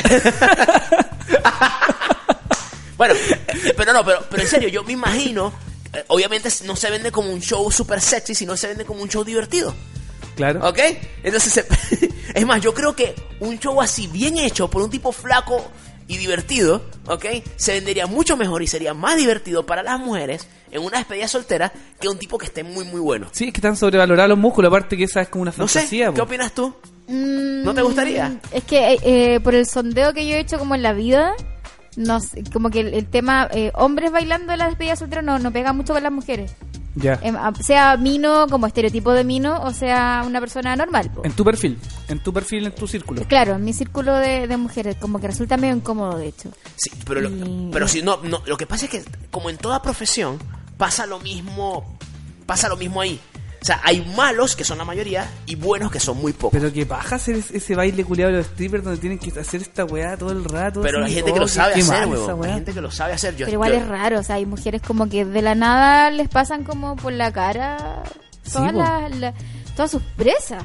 Speaker 1: bueno, eh, pero no, pero, pero en serio, yo me imagino. eh, Obviamente no se vende como un show super sexy, sino se vende como un show divertido.
Speaker 2: Claro.
Speaker 1: ¿Ok? Entonces, se- es más, yo creo que un show así bien hecho por un tipo flaco y divertido, ¿ok? Se vendería mucho mejor y sería más divertido para las mujeres en una despedida soltera que un tipo que esté muy, muy bueno.
Speaker 2: Sí, es que están sobrevalorados los músculos. Aparte que esa es como una
Speaker 1: No sé,
Speaker 2: fantasía.
Speaker 1: ¿qué
Speaker 2: po.
Speaker 1: opinas tú?
Speaker 3: Mm,
Speaker 1: ¿No te gustaría?
Speaker 3: Es que eh, eh, por el sondeo que yo he hecho como en la vida, no sé, como que el, el tema eh, hombres bailando en la despedida soltera no, no pega mucho con las mujeres.
Speaker 2: Ya.
Speaker 3: Em, a- sea mino como estereotipo de mino o sea una persona normal. po.
Speaker 2: En tu perfil. En tu perfil, en tu círculo.
Speaker 3: Claro, en mi círculo de, de mujeres como que resulta medio incómodo de hecho.
Speaker 1: Sí, pero, lo-
Speaker 3: Y-
Speaker 1: pero si no, no, lo que pasa es que como en toda profesión pasa lo mismo, pasa lo mismo ahí. O sea, hay malos que son la mayoría y buenos que son muy pocos.
Speaker 2: Pero que baja hacer es- ese baile culiado de los strippers donde tienen que hacer esta weá todo el rato.
Speaker 1: Pero
Speaker 2: así,
Speaker 1: hay gente que
Speaker 2: oh,
Speaker 1: lo
Speaker 2: qué-
Speaker 1: sabe
Speaker 2: qué
Speaker 1: hacer,
Speaker 2: mal esa
Speaker 1: weón. Hay
Speaker 2: weá.
Speaker 1: gente que lo sabe hacer. Yo,
Speaker 3: Pero igual
Speaker 1: yo-
Speaker 3: es raro, o sea, hay mujeres como que de la nada les pasan como por la cara
Speaker 2: Sí,
Speaker 3: todas
Speaker 2: po.
Speaker 3: las, la- Todas sus presas.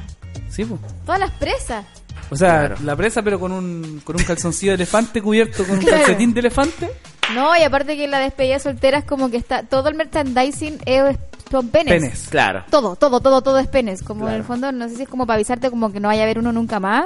Speaker 2: Sí, pues.
Speaker 3: Todas las presas.
Speaker 2: O sea,
Speaker 1: Claro.
Speaker 2: la presa, pero con un, con un calzoncillo de elefante cubierto con un
Speaker 3: Claro.
Speaker 2: calcetín de elefante.
Speaker 3: No, y aparte que la despedida soltera es como que está. Todo el merchandising es, son penes.
Speaker 2: Penes.
Speaker 1: Claro.
Speaker 3: Todo, todo, todo, todo es penes. Como en el
Speaker 1: Claro.
Speaker 3: fondo, no sé si es como para avisarte como que no vaya a haber uno nunca más.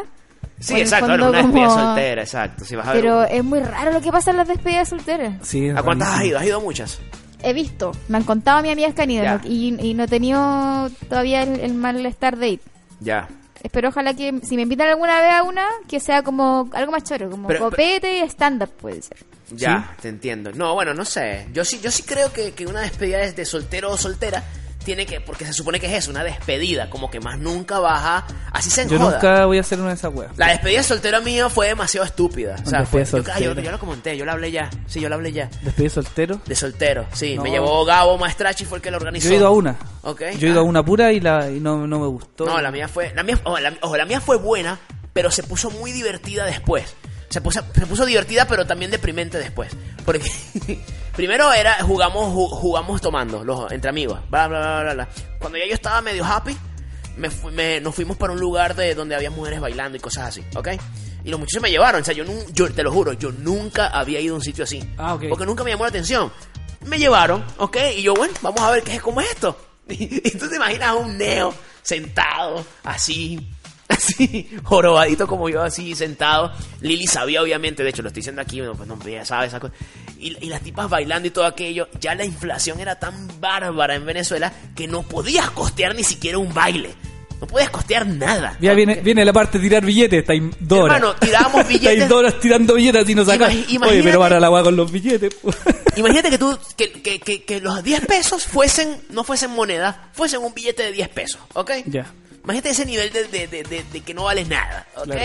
Speaker 1: Sí,
Speaker 3: O en el
Speaker 1: exacto, era
Speaker 3: fondo
Speaker 1: una despedida
Speaker 3: como-
Speaker 1: soltera, exacto. Si vas a ver
Speaker 3: Pero
Speaker 1: un-
Speaker 3: es muy raro lo que pasa en las despedidas solteras.
Speaker 2: Sí, es
Speaker 1: ¿A cuántas has
Speaker 2: rarísimo.
Speaker 1: ido? ¿Has ido a muchas?
Speaker 3: He visto, me han contado mi amigas que han ido
Speaker 1: Ya.
Speaker 3: ¿no? y, y no he tenido todavía el, el malestar de ir.
Speaker 1: Ya.
Speaker 3: Espero ojalá que si me invitan alguna vez a una, que sea como algo más choro, como
Speaker 1: Pero-
Speaker 3: copete y stand-up puede ser.
Speaker 1: Ya, te entiendo. No, bueno, no sé. Yo sí, yo sí creo que, que una despedida de, de soltero o soltera tiene que, porque se supone que es eso, una despedida, como que más nunca baja. Así se
Speaker 2: Yo
Speaker 1: enjoda.
Speaker 2: nunca voy a hacer una de esas weas.
Speaker 1: La despedida de soltero mía fue demasiado estúpida. O sea,
Speaker 2: Una
Speaker 1: fue-
Speaker 2: despedida
Speaker 1: yo, ah, yo-
Speaker 2: soltera.
Speaker 1: yo lo comenté, yo lo hablé ya. Sí, yo lo hablé ya.
Speaker 2: Despedí soltero.
Speaker 1: De soltero, sí. Me
Speaker 2: No.
Speaker 1: llevó Gabo Maestrachi, fue el que lo organizó.
Speaker 2: Yo he ido a una.
Speaker 1: Ok.
Speaker 2: Yo he ido a
Speaker 1: Ah.
Speaker 2: una pura y, la, y no, no me gustó.
Speaker 1: No, la mía fue. La mía, ojo, la, ojo, la mía fue buena, pero se puso muy divertida después. Se puso, se puso divertida, pero también deprimente después. Porque primero era jugamos ju- jugamos tomando, los, entre amigos. Bla, bla, bla, bla, bla. Cuando ya yo estaba medio happy, me fui- me- nos fuimos para un lugar de donde había mujeres bailando y cosas así, ¿ok? Y los muchachos me llevaron. O sea, yo, nun- yo te lo juro, yo nunca había ido a un sitio así.
Speaker 2: Ah, ok.
Speaker 1: Porque nunca me llamó la atención. Me llevaron, ¿ok? Y yo, bueno, vamos a ver qué es, cómo es esto. Y, tú te imaginas a un neo sentado, así, así, jorobadito como yo, así, sentado. Lili sabía, obviamente, de hecho, lo estoy diciendo aquí, bueno, pues no, ya sabe esa cosa. Y, y las tipas bailando y todo aquello. Ya la inflación era tan bárbara en Venezuela que no podías costear ni siquiera un baile. No podías costear nada.
Speaker 2: Ya viene, viene la parte de tirar billetes, está indora.
Speaker 1: Hermano, tirábamos billetes.
Speaker 2: Está indora tirando billetes y nos saca.
Speaker 1: Imag-
Speaker 2: Oye,
Speaker 1: imagínate-
Speaker 2: pero para la weá con los billetes. po.
Speaker 1: Imagínate que tú, que, que, que, que los 10 pesos fuesen, no fuesen moneda, fuesen un billete de 10 pesos, ¿ok?
Speaker 2: Ya.
Speaker 1: Imagínate ese nivel de, de- de- de- de que no vales nada, ¿ok?
Speaker 2: Claro.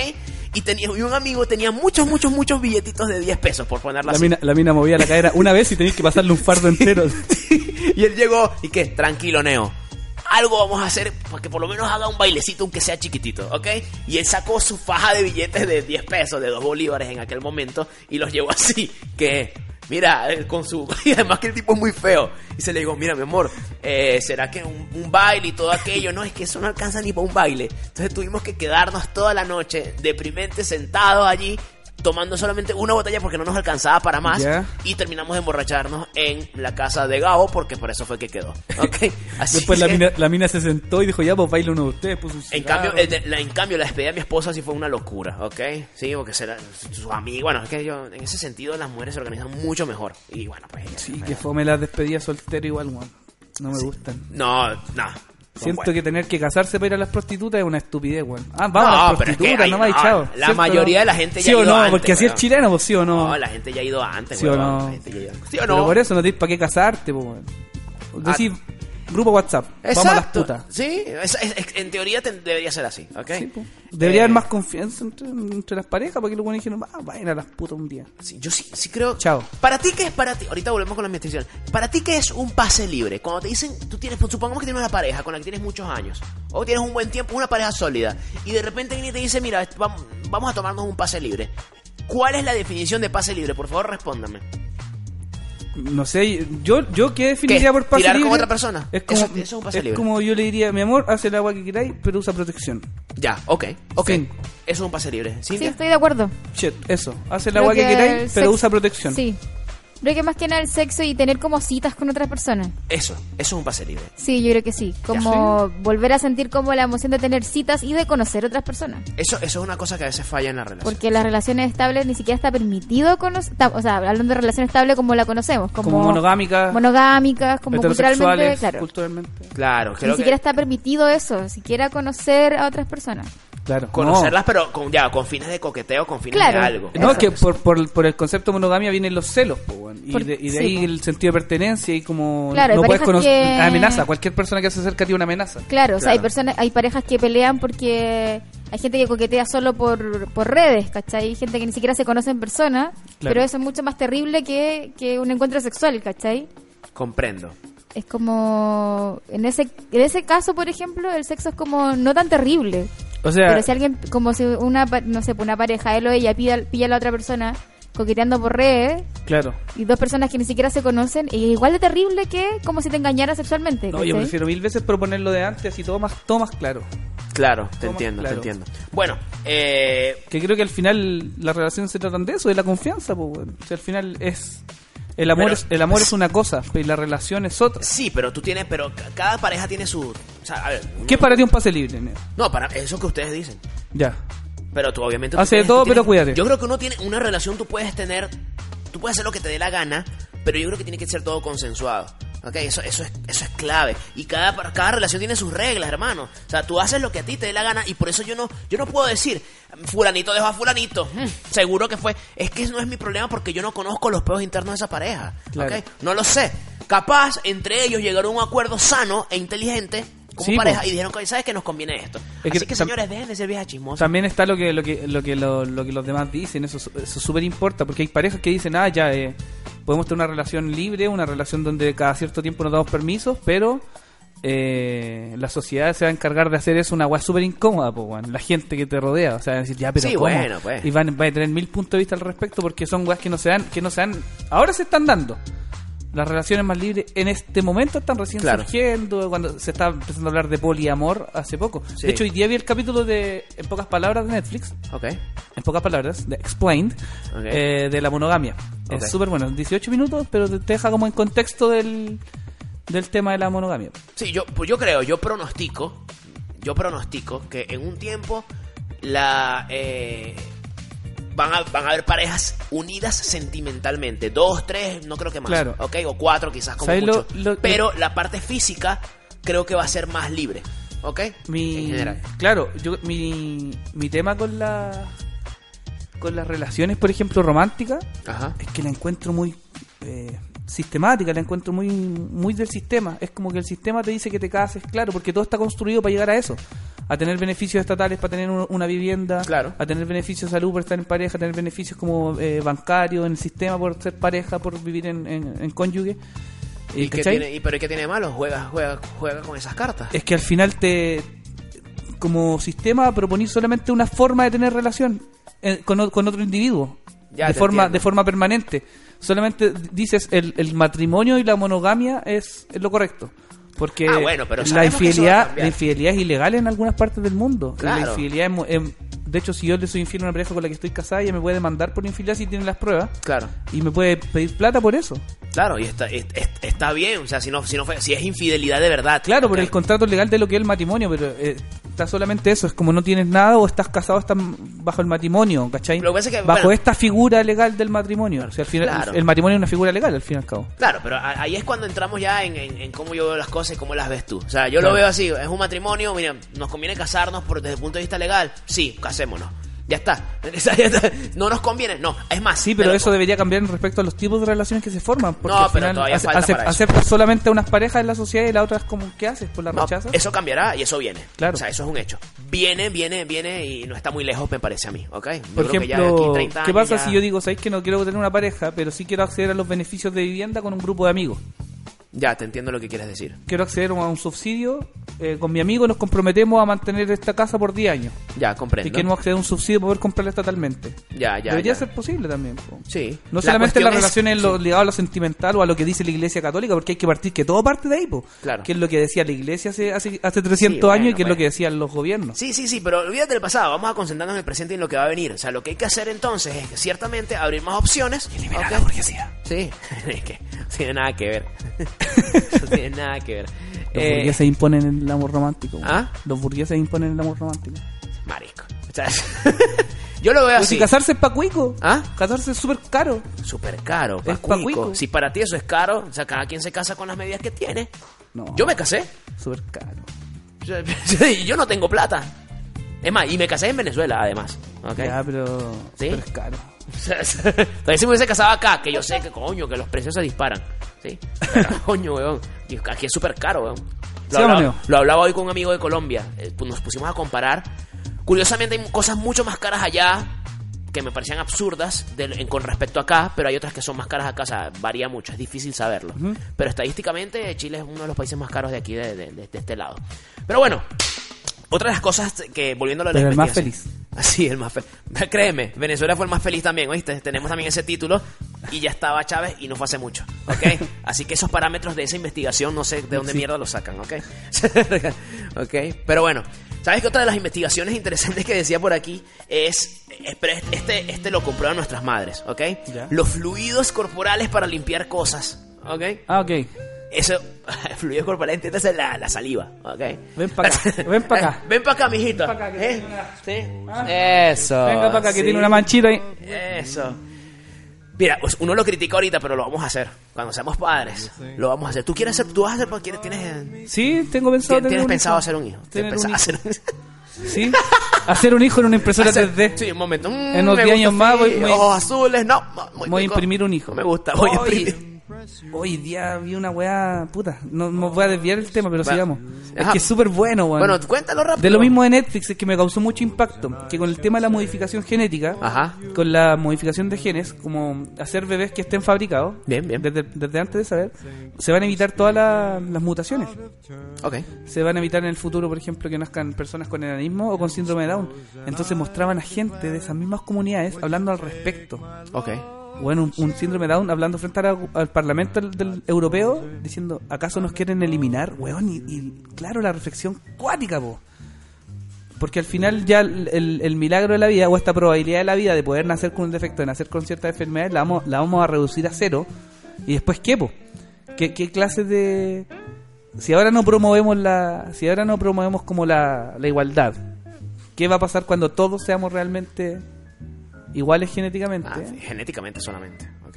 Speaker 1: Y, tenía, y un amigo tenía muchos, muchos, muchos billetitos de 10 pesos, por ponerla
Speaker 2: La
Speaker 1: así.
Speaker 2: mina, la mina movía la cadera una vez y tenías que pasarle un fardo entero.
Speaker 1: y él llegó, ¿y qué? Tranquilo, Neo. Algo vamos a hacer para que por lo menos haga un bailecito, aunque sea chiquitito, ¿ok? Y él sacó su faja de billetes de 10 pesos, de 2 bolívares en aquel momento, y los llevó así, que... Mira, eh, con su... Y además que el tipo es muy feo. Y se le dijo, mira, mi amor, eh, ¿será que un, un baile y todo aquello? No, es que eso no alcanza ni para un baile. Entonces tuvimos que quedarnos toda la noche, deprimente, sentados allí, tomando solamente una botella porque no nos alcanzaba para más.
Speaker 2: Ya.
Speaker 1: Y terminamos de emborracharnos en la casa de Gabo porque por eso fue que quedó. ¿ok? Así
Speaker 2: Después la
Speaker 1: que,
Speaker 2: mina, la mina se sentó y dijo, ya, pues baila uno de ustedes. Puso un
Speaker 1: En
Speaker 2: cigarro.
Speaker 1: cambio, eh, el de- la, en cambio, la despedida de mi esposa sí fue una locura, ¿ok? Sí, porque será su amigo. Bueno, es que yo, en ese sentido, las mujeres se organizan mucho mejor. Y bueno, pues. ella-
Speaker 2: Sí, que fome la despedida soltero igual, weón. No me gustan.
Speaker 1: No, no.
Speaker 2: Siento
Speaker 1: Bueno.
Speaker 2: que tener que casarse para ir a las prostitutas es una estupidez, weón. Ah, vamos a las
Speaker 1: No, pero es que
Speaker 2: prostitutas,
Speaker 1: hay-
Speaker 2: no más,
Speaker 1: no,
Speaker 2: chao.
Speaker 1: la
Speaker 2: ¿Cierto,
Speaker 1: mayoría de la gente ya
Speaker 2: Sí
Speaker 1: ha
Speaker 2: o
Speaker 1: ido
Speaker 2: no,
Speaker 1: antes,
Speaker 2: porque así es
Speaker 1: weón.
Speaker 2: chileno, pues sí o no.
Speaker 1: No, la gente ya ha ido antes,
Speaker 2: Sí o
Speaker 1: huevón,
Speaker 2: no.
Speaker 1: la gente ya ha ido antes. ¿Sí o
Speaker 2: Pero
Speaker 1: no? Ah.
Speaker 2: por eso no tienes para qué casarte, po, weón. Decís, grupo WhatsApp, vamos a las
Speaker 1: Exacto.
Speaker 2: putas.
Speaker 1: Sí, es- es- en teoría te- debería ser así, ¿ok?
Speaker 2: Sí, pues. po. Debería
Speaker 1: Eh,
Speaker 2: haber más confianza entre, entre las parejas para que los buenos dijeron, ah, vayan a las putas un día.
Speaker 1: Sí, yo sí, sí creo.
Speaker 2: Chao.
Speaker 1: ¿Para ti qué es para ti? Ahorita volvemos con la menstruación. ¿Para ti qué es un pase libre? Cuando te dicen, tú tienes, pues, supongamos que tienes una pareja con la que tienes muchos años, o tienes un buen tiempo, una pareja sólida, y de repente viene y te dice, mira, vam- vamos a tomarnos un pase libre. ¿Cuál es la definición de pase libre? Por favor, respóndame.
Speaker 2: No sé, yo, yo qué definiría
Speaker 1: ¿Qué?
Speaker 2: por pase
Speaker 1: ¿Tirar con
Speaker 2: libre.
Speaker 1: otra persona?
Speaker 2: Es como,
Speaker 1: Eso- eso es un pase
Speaker 2: es
Speaker 1: libre.
Speaker 2: como yo le diría, mi amor, haz el agua que queráis, pero usa protección.
Speaker 1: Ya, ok, ok.
Speaker 2: Fin.
Speaker 1: Eso es un pase libre.
Speaker 3: Sí,
Speaker 1: ¿Cintia?
Speaker 3: estoy de acuerdo.
Speaker 2: Shit, eso. Haz el
Speaker 3: Creo
Speaker 2: agua que,
Speaker 3: el
Speaker 2: queráis, pero
Speaker 3: sexo-
Speaker 2: usa protección.
Speaker 3: Sí. Creo que más que nada el sexo y tener como citas con otras personas.
Speaker 1: Eso, eso es un pase libre.
Speaker 3: Sí, yo creo que sí. Como volver a sentir como la emoción de tener citas y de conocer otras personas.
Speaker 1: Eso, eso es una cosa que a veces falla en la relación.
Speaker 3: Porque las relaciones estables ni siquiera está permitido conocer, o sea, hablando de relación estable como la conocemos, como,
Speaker 2: Como monogámicas,
Speaker 3: monogámicas, como culturalmente,
Speaker 2: heterosexuales,
Speaker 3: claro.
Speaker 2: culturalmente.
Speaker 1: Claro,
Speaker 3: Ni
Speaker 1: creo que
Speaker 3: siquiera está permitido eso, siquiera conocer a otras personas.
Speaker 2: Claro.
Speaker 1: conocerlas, pero con, ya, con fines de coqueteo, con fines
Speaker 3: Claro.
Speaker 1: de algo.
Speaker 2: No, es que por, por, por el concepto de monogamia vienen los celos, po, weón. y,
Speaker 3: Por-
Speaker 2: de, y de
Speaker 3: sí,
Speaker 2: ahí
Speaker 3: po.
Speaker 2: el sentido de pertenencia y como
Speaker 3: Claro,
Speaker 2: no
Speaker 3: hay
Speaker 2: puedes
Speaker 3: parejas
Speaker 2: conocer
Speaker 3: que-
Speaker 2: amenaza, cualquier persona que se acerca tiene una amenaza.
Speaker 3: Claro, o sea, hay
Speaker 1: Claro.
Speaker 3: personas, hay parejas que pelean porque hay gente que coquetea solo por, por redes, ¿cachai? Hay gente que ni siquiera se conoce en persona, pero eso es mucho más terrible que, que un encuentro sexual, ¿cachai?
Speaker 1: Comprendo.
Speaker 3: Es como, en ese, en ese caso, por ejemplo, el sexo es como no tan terrible,
Speaker 2: O sea,
Speaker 3: Pero si alguien, como si una, pa- no sé, pues una pareja, él o ella pilla, pilla a la otra persona coqueteando por redes,
Speaker 2: Claro.
Speaker 3: y dos personas que ni siquiera se conocen, y es igual de terrible que como si te engañara sexualmente.
Speaker 2: No, yo
Speaker 3: ¿cachai?
Speaker 2: prefiero mil veces proponerlo de antes, así todo más, todo más claro.
Speaker 1: Claro, te
Speaker 2: Toma,
Speaker 1: entiendo,
Speaker 2: claro.
Speaker 1: te entiendo. Bueno, eh,
Speaker 2: Que creo que al final la relación se tratan de eso, de la confianza, pues, weón. O sea, al final es... El amor,
Speaker 1: Pero-
Speaker 2: es, el amor es una cosa, pero la relación es otra.
Speaker 1: sí, pero tú tienes, pero ca- cada pareja tiene su... O sea, a ver,
Speaker 2: ¿Qué es para ti un pase libre, Neo?
Speaker 1: no, para eso que ustedes dicen.
Speaker 2: Ya.
Speaker 1: Pero tú obviamente... tú
Speaker 2: Hace de
Speaker 1: tienes-
Speaker 2: todo,
Speaker 1: tú tienes-
Speaker 2: pero cuídate.
Speaker 1: Yo creo que uno tiene una relación, tú puedes tener... Tú puedes hacer lo que te dé la gana, pero yo creo que tiene que ser todo consensuado. Ok, eso, eso, es, eso es clave. Y cada, cada relación tiene sus reglas, hermano. O sea, tú haces lo que a ti te dé la gana y por eso yo no, yo no puedo decir, fulanito dejó a fulanito. Mm, seguro que fue. Es que no es mi problema porque yo no conozco los peos internos de esa pareja. ¿ok?
Speaker 2: Claro.
Speaker 1: No lo sé. Capaz entre ellos llegaron a un acuerdo sano e inteligente como
Speaker 2: Sí,
Speaker 1: pareja
Speaker 2: po.
Speaker 1: y dijeron, ¿sabes que Nos conviene esto.
Speaker 2: Es que
Speaker 1: Así que,
Speaker 2: tam-
Speaker 1: señores, dejen de ser viejas chismosas.
Speaker 2: También está lo que lo que, lo que, lo, lo que los demás dicen, eso eso súper importa, porque hay parejas que dicen, ah, ya, eh, podemos tener una relación libre, una relación donde cada cierto tiempo nos damos permisos, pero eh, la sociedad se va a encargar de hacer eso una weá súper incómoda, po, weón. la gente que te rodea, o sea, decir, ya, pero
Speaker 1: Sí,
Speaker 2: ¿cómo?".
Speaker 1: bueno, pues.
Speaker 2: Y van, van a tener mil puntos de vista al respecto porque son weas que no se dan, que no se dan, ahora se están dando. Las relaciones más libres en este momento están recién
Speaker 1: Claro.
Speaker 2: surgiendo, cuando se está empezando a hablar de poliamor hace poco.
Speaker 1: Sí.
Speaker 2: De hecho, hoy día vi el capítulo de, en pocas palabras, de Netflix,
Speaker 1: Ok.
Speaker 2: en pocas palabras, de Explained,
Speaker 1: Ok.
Speaker 2: eh, de la monogamia.
Speaker 1: Ok.
Speaker 2: Es súper bueno, 18 minutos, pero te te deja como en contexto del, del tema de la monogamia.
Speaker 1: Sí, yo, pues yo creo, yo pronostico, yo pronostico que en un tiempo la eh, van, a, van a haber parejas unidas sentimentalmente. Dos, tres, no creo que más.
Speaker 2: Claro.
Speaker 1: Ok, o cuatro quizás como
Speaker 2: ¿Sabes lo-
Speaker 1: mucho.
Speaker 2: lo-
Speaker 1: Pero la parte física creo que va a ser más libre. ¿Ok? En
Speaker 2: Mi,
Speaker 1: general.
Speaker 2: claro, yo, mi, mi tema con, la, con las relaciones, por ejemplo, románticas,
Speaker 1: Ajá.
Speaker 2: es que la encuentro muy eh, sistemática, la encuentro muy muy del sistema. Es como que el sistema te dice que te cases, claro, porque todo está construido para llegar a eso. A tener beneficios estatales para tener un- una vivienda,
Speaker 1: Claro.
Speaker 2: a tener beneficios de salud por estar en pareja, a tener beneficios como eh, bancario en el sistema por ser pareja, por vivir en, en- en cónyuge. Eh,
Speaker 1: ¿Y qué
Speaker 2: ¿cachai?
Speaker 1: tiene, y, ¿Pero ¿y qué tiene de malo? Juega, juega, juega con esas cartas.
Speaker 2: Es que al final te como sistema proponís solamente una forma de tener relación eh, con, o- con otro individuo
Speaker 1: Ya,
Speaker 2: de
Speaker 1: te
Speaker 2: forma
Speaker 1: entiendo.
Speaker 2: de forma permanente. Solamente dices el, el matrimonio y la monogamia es, es lo correcto. Porque
Speaker 1: Ah, bueno, pero
Speaker 2: la
Speaker 1: sabemos que eso va a
Speaker 2: infidelidad,
Speaker 1: cambiar.
Speaker 2: la infidelidad es ilegal en algunas partes del mundo. La
Speaker 1: Claro.
Speaker 2: infidelidad es mu- em, de hecho, si yo le soy infiel a una pareja con la que estoy casada, ella me puede demandar por infidelidad si tiene las pruebas
Speaker 1: Claro.
Speaker 2: y me puede pedir plata por eso.
Speaker 1: Claro, y está, es- es- está bien. O sea, si no, si no fue, si es infidelidad de verdad.
Speaker 2: Claro, por
Speaker 1: Ok.
Speaker 2: el contrato legal de lo que es el matrimonio, pero eh, está solamente eso, es como no tienes nada o estás casado, estás bajo el matrimonio, ¿cachai?
Speaker 1: Lo que pasa es que,
Speaker 2: bajo
Speaker 1: bueno.
Speaker 2: esta figura legal del matrimonio. O sea, al final,
Speaker 1: Claro.
Speaker 2: el matrimonio es una figura legal, al fin y al cabo.
Speaker 1: Claro, pero a- ahí es cuando entramos ya en, en- en cómo yo veo las cosas y cómo las ves tú. O sea, yo
Speaker 2: Claro.
Speaker 1: lo veo así, es un matrimonio, mira, nos conviene casarnos por, desde el punto de vista legal, sí, casémonos. Ya está. Ya está. No nos conviene, no, es más.
Speaker 2: Sí, pero
Speaker 1: me lo-
Speaker 2: eso debería cambiar en respecto a los tipos de relaciones que se forman. Porque
Speaker 1: No,
Speaker 2: al
Speaker 1: pero
Speaker 2: final
Speaker 1: todavía
Speaker 2: ace-
Speaker 1: falta
Speaker 2: ace-
Speaker 1: para eso.
Speaker 2: aceptas solamente a unas parejas en la sociedad y las otras como, ¿qué haces? ¿Pues las
Speaker 1: no,
Speaker 2: rechazas?
Speaker 1: eso cambiará y eso viene.
Speaker 2: Claro.
Speaker 1: O sea, eso es un hecho. Viene, viene, viene y no está muy lejos, me parece a mí, ¿ok? Yo
Speaker 2: Por
Speaker 1: creo que ya de
Speaker 2: ejemplo,
Speaker 1: aquí 30
Speaker 2: ¿qué
Speaker 1: años
Speaker 2: pasa
Speaker 1: ya-
Speaker 2: si yo digo, sabéis que no quiero tener una pareja, pero sí quiero acceder a los beneficios de vivienda con un grupo de amigos?
Speaker 1: Ya, te entiendo lo que quieres decir.
Speaker 2: quiero acceder a un subsidio, eh, con mi amigo nos comprometemos a mantener esta casa por 10 años.
Speaker 1: Ya, comprendo.
Speaker 2: Y queremos acceder a un subsidio para poder comprarla estatalmente.
Speaker 1: Ya, ya,
Speaker 2: Debería
Speaker 1: ya.
Speaker 2: ser posible también. po.
Speaker 1: Sí.
Speaker 2: No
Speaker 1: La
Speaker 2: solamente
Speaker 1: cuestión
Speaker 2: las
Speaker 1: es-
Speaker 2: relaciones en lo ligado a lo sentimental o a lo que dice la Iglesia Católica, porque hay que partir que todo parte de ahí, po.
Speaker 1: Claro.
Speaker 2: que es lo que decía la Iglesia hace, hace, hace 300
Speaker 1: Sí, bueno,
Speaker 2: años y que es
Speaker 1: bueno.
Speaker 2: lo que decían los gobiernos.
Speaker 1: Sí, sí, sí, pero olvídate del pasado, vamos a concentrarnos en el presente y en lo que va a venir. O sea, lo que hay que hacer entonces es ciertamente abrir más opciones. ¿ok? Sí, es que no tiene nada que ver. no tiene nada que ver.
Speaker 2: Los
Speaker 1: Eh,
Speaker 2: burgueses imponen el amor romántico. po.
Speaker 1: ¿Ah?
Speaker 2: Los burgueses imponen el amor romántico.
Speaker 1: marico. O sea, yo lo veo
Speaker 2: Pero si
Speaker 1: así.
Speaker 2: casarse es pa' cuico.
Speaker 1: ¿Ah?
Speaker 2: Casarse es súper caro.
Speaker 1: Súper caro, pa'
Speaker 2: Es pa'
Speaker 1: cuico.
Speaker 2: cuico.
Speaker 1: Si para ti eso es caro, o sea, cada quien se casa con las medidas que tiene.
Speaker 2: No.
Speaker 1: Yo me casé.
Speaker 2: Súper caro.
Speaker 1: Y yo no tengo plata. Es más, y me casé en Venezuela, además. ¿ok?
Speaker 2: Ya, pero...
Speaker 1: ¿Sí?
Speaker 2: pero es caro.
Speaker 1: O sea, Todavía si me hubiese casado acá, que yo sé que coño, que los precios se disparan. Sí. Pero, coño, weón. y Aquí es súper caro, weón.
Speaker 2: Sí,
Speaker 1: Lo hablaba,
Speaker 2: amigo.
Speaker 1: lo hablaba hoy con un amigo de Colombia. eh, pues nos pusimos a comparar. Curiosamente hay cosas mucho más caras allá que me parecían absurdas del- en- con respecto a acá, pero hay otras que son más caras acá, o sea, varía mucho, es difícil saberlo. Pero estadísticamente Chile es uno de los países más caros de aquí, de, de- de- de este lado. Pero bueno, otra de las cosas que, volviendo a lo de la
Speaker 2: Pero el más
Speaker 1: investigación- Así, el más feliz. Créeme, Venezuela fue el más feliz también, ¿oíste? Tenemos también ese título. y ya estaba Chávez y no fue hace mucho, ¿ok? Así que esos parámetros de esa investigación no sé de dónde
Speaker 2: Sí.
Speaker 1: mierda los sacan, ¿ok? ok, pero bueno. ¿Sabes que otra de las investigaciones interesantes que decía por aquí es, eh, pero este, este lo comprueban nuestras madres, ¿ok?
Speaker 2: Ya.
Speaker 1: Los fluidos corporales para limpiar cosas, ¿ok?
Speaker 2: Ah, ok.
Speaker 1: Eso, fluido corporal, entiéndase la, la saliva, ¿ok?
Speaker 2: Ven pa' acá, ven pa' acá.
Speaker 1: ven para acá,
Speaker 2: Ven
Speaker 1: mijito.
Speaker 2: pa' acá, que
Speaker 1: ¿Eh?
Speaker 2: tiene una-
Speaker 1: ¿Sí? Eso.
Speaker 2: Venga para acá que
Speaker 1: sí.
Speaker 2: tiene una manchita ahí.
Speaker 1: Eso. Mira, pues, uno lo critica ahorita, pero lo vamos a hacer. Cuando seamos padres, lo vamos a hacer. ¿Tú quieres hacer? ¿Tú vas a hacer? porque quieres- ¿Tienes,
Speaker 2: Sí, tengo pensado.
Speaker 1: tienes,
Speaker 2: tener
Speaker 1: tienes
Speaker 2: un
Speaker 1: pensado
Speaker 2: hijo.
Speaker 1: hacer un hijo? ¿Tienes
Speaker 2: Tener un
Speaker 1: pensado
Speaker 2: hijo.
Speaker 1: hacer un hijo?
Speaker 2: Sí. Hacer un hijo en una impresora
Speaker 1: Hacer-
Speaker 2: 3D.
Speaker 1: Sí, un momento. Mm,
Speaker 2: En unos
Speaker 1: me
Speaker 2: 10
Speaker 1: gusta
Speaker 2: años más
Speaker 1: así,
Speaker 2: voy- voy-
Speaker 1: Ojos azules, no. muy
Speaker 2: Voy a
Speaker 1: rico.
Speaker 2: imprimir un hijo.
Speaker 1: No me gusta, voy a
Speaker 2: Hoy-
Speaker 1: imprimir.
Speaker 2: Hoy día vi una weá puta. No me voy a desviar el tema, pero
Speaker 1: Va.
Speaker 2: sigamos. Es
Speaker 1: Ajá.
Speaker 2: que es súper bueno, weón.
Speaker 1: Bueno, cuéntalo rápido.
Speaker 2: De lo mismo de Netflix, es que me causó mucho impacto. Que con el tema de la modificación genética,
Speaker 1: Ajá.
Speaker 2: con la modificación de genes, como hacer bebés que estén fabricados,
Speaker 1: Bien, bien.
Speaker 2: Desde, desde antes de saber, se van a evitar todas la- las mutaciones.
Speaker 1: Ok.
Speaker 2: Se van a evitar en el futuro, por ejemplo, que nazcan personas con enanismo o con síndrome de Down. Entonces mostraban a gente de esas mismas comunidades hablando al respecto.
Speaker 1: Ok.
Speaker 2: Bueno, un, un síndrome Down hablando frente a la- al Parlamento del, del Europeo diciendo, ¿acaso nos quieren eliminar? Weón, y, y claro, la reflexión cuática, po. Porque al final ya el, el- el milagro de la vida o esta probabilidad de la vida de poder nacer con un defecto, de nacer con ciertas enfermedades, la vamos, la vamos a reducir a cero. ¿Y después qué, po? ¿Qué, qué clase de...? Si ahora no promovemos la... Si ahora no promovemos como la, la igualdad, ¿qué va a pasar cuando todos seamos realmente iguales genéticamente?
Speaker 1: Ah, genéticamente solamente. Ok.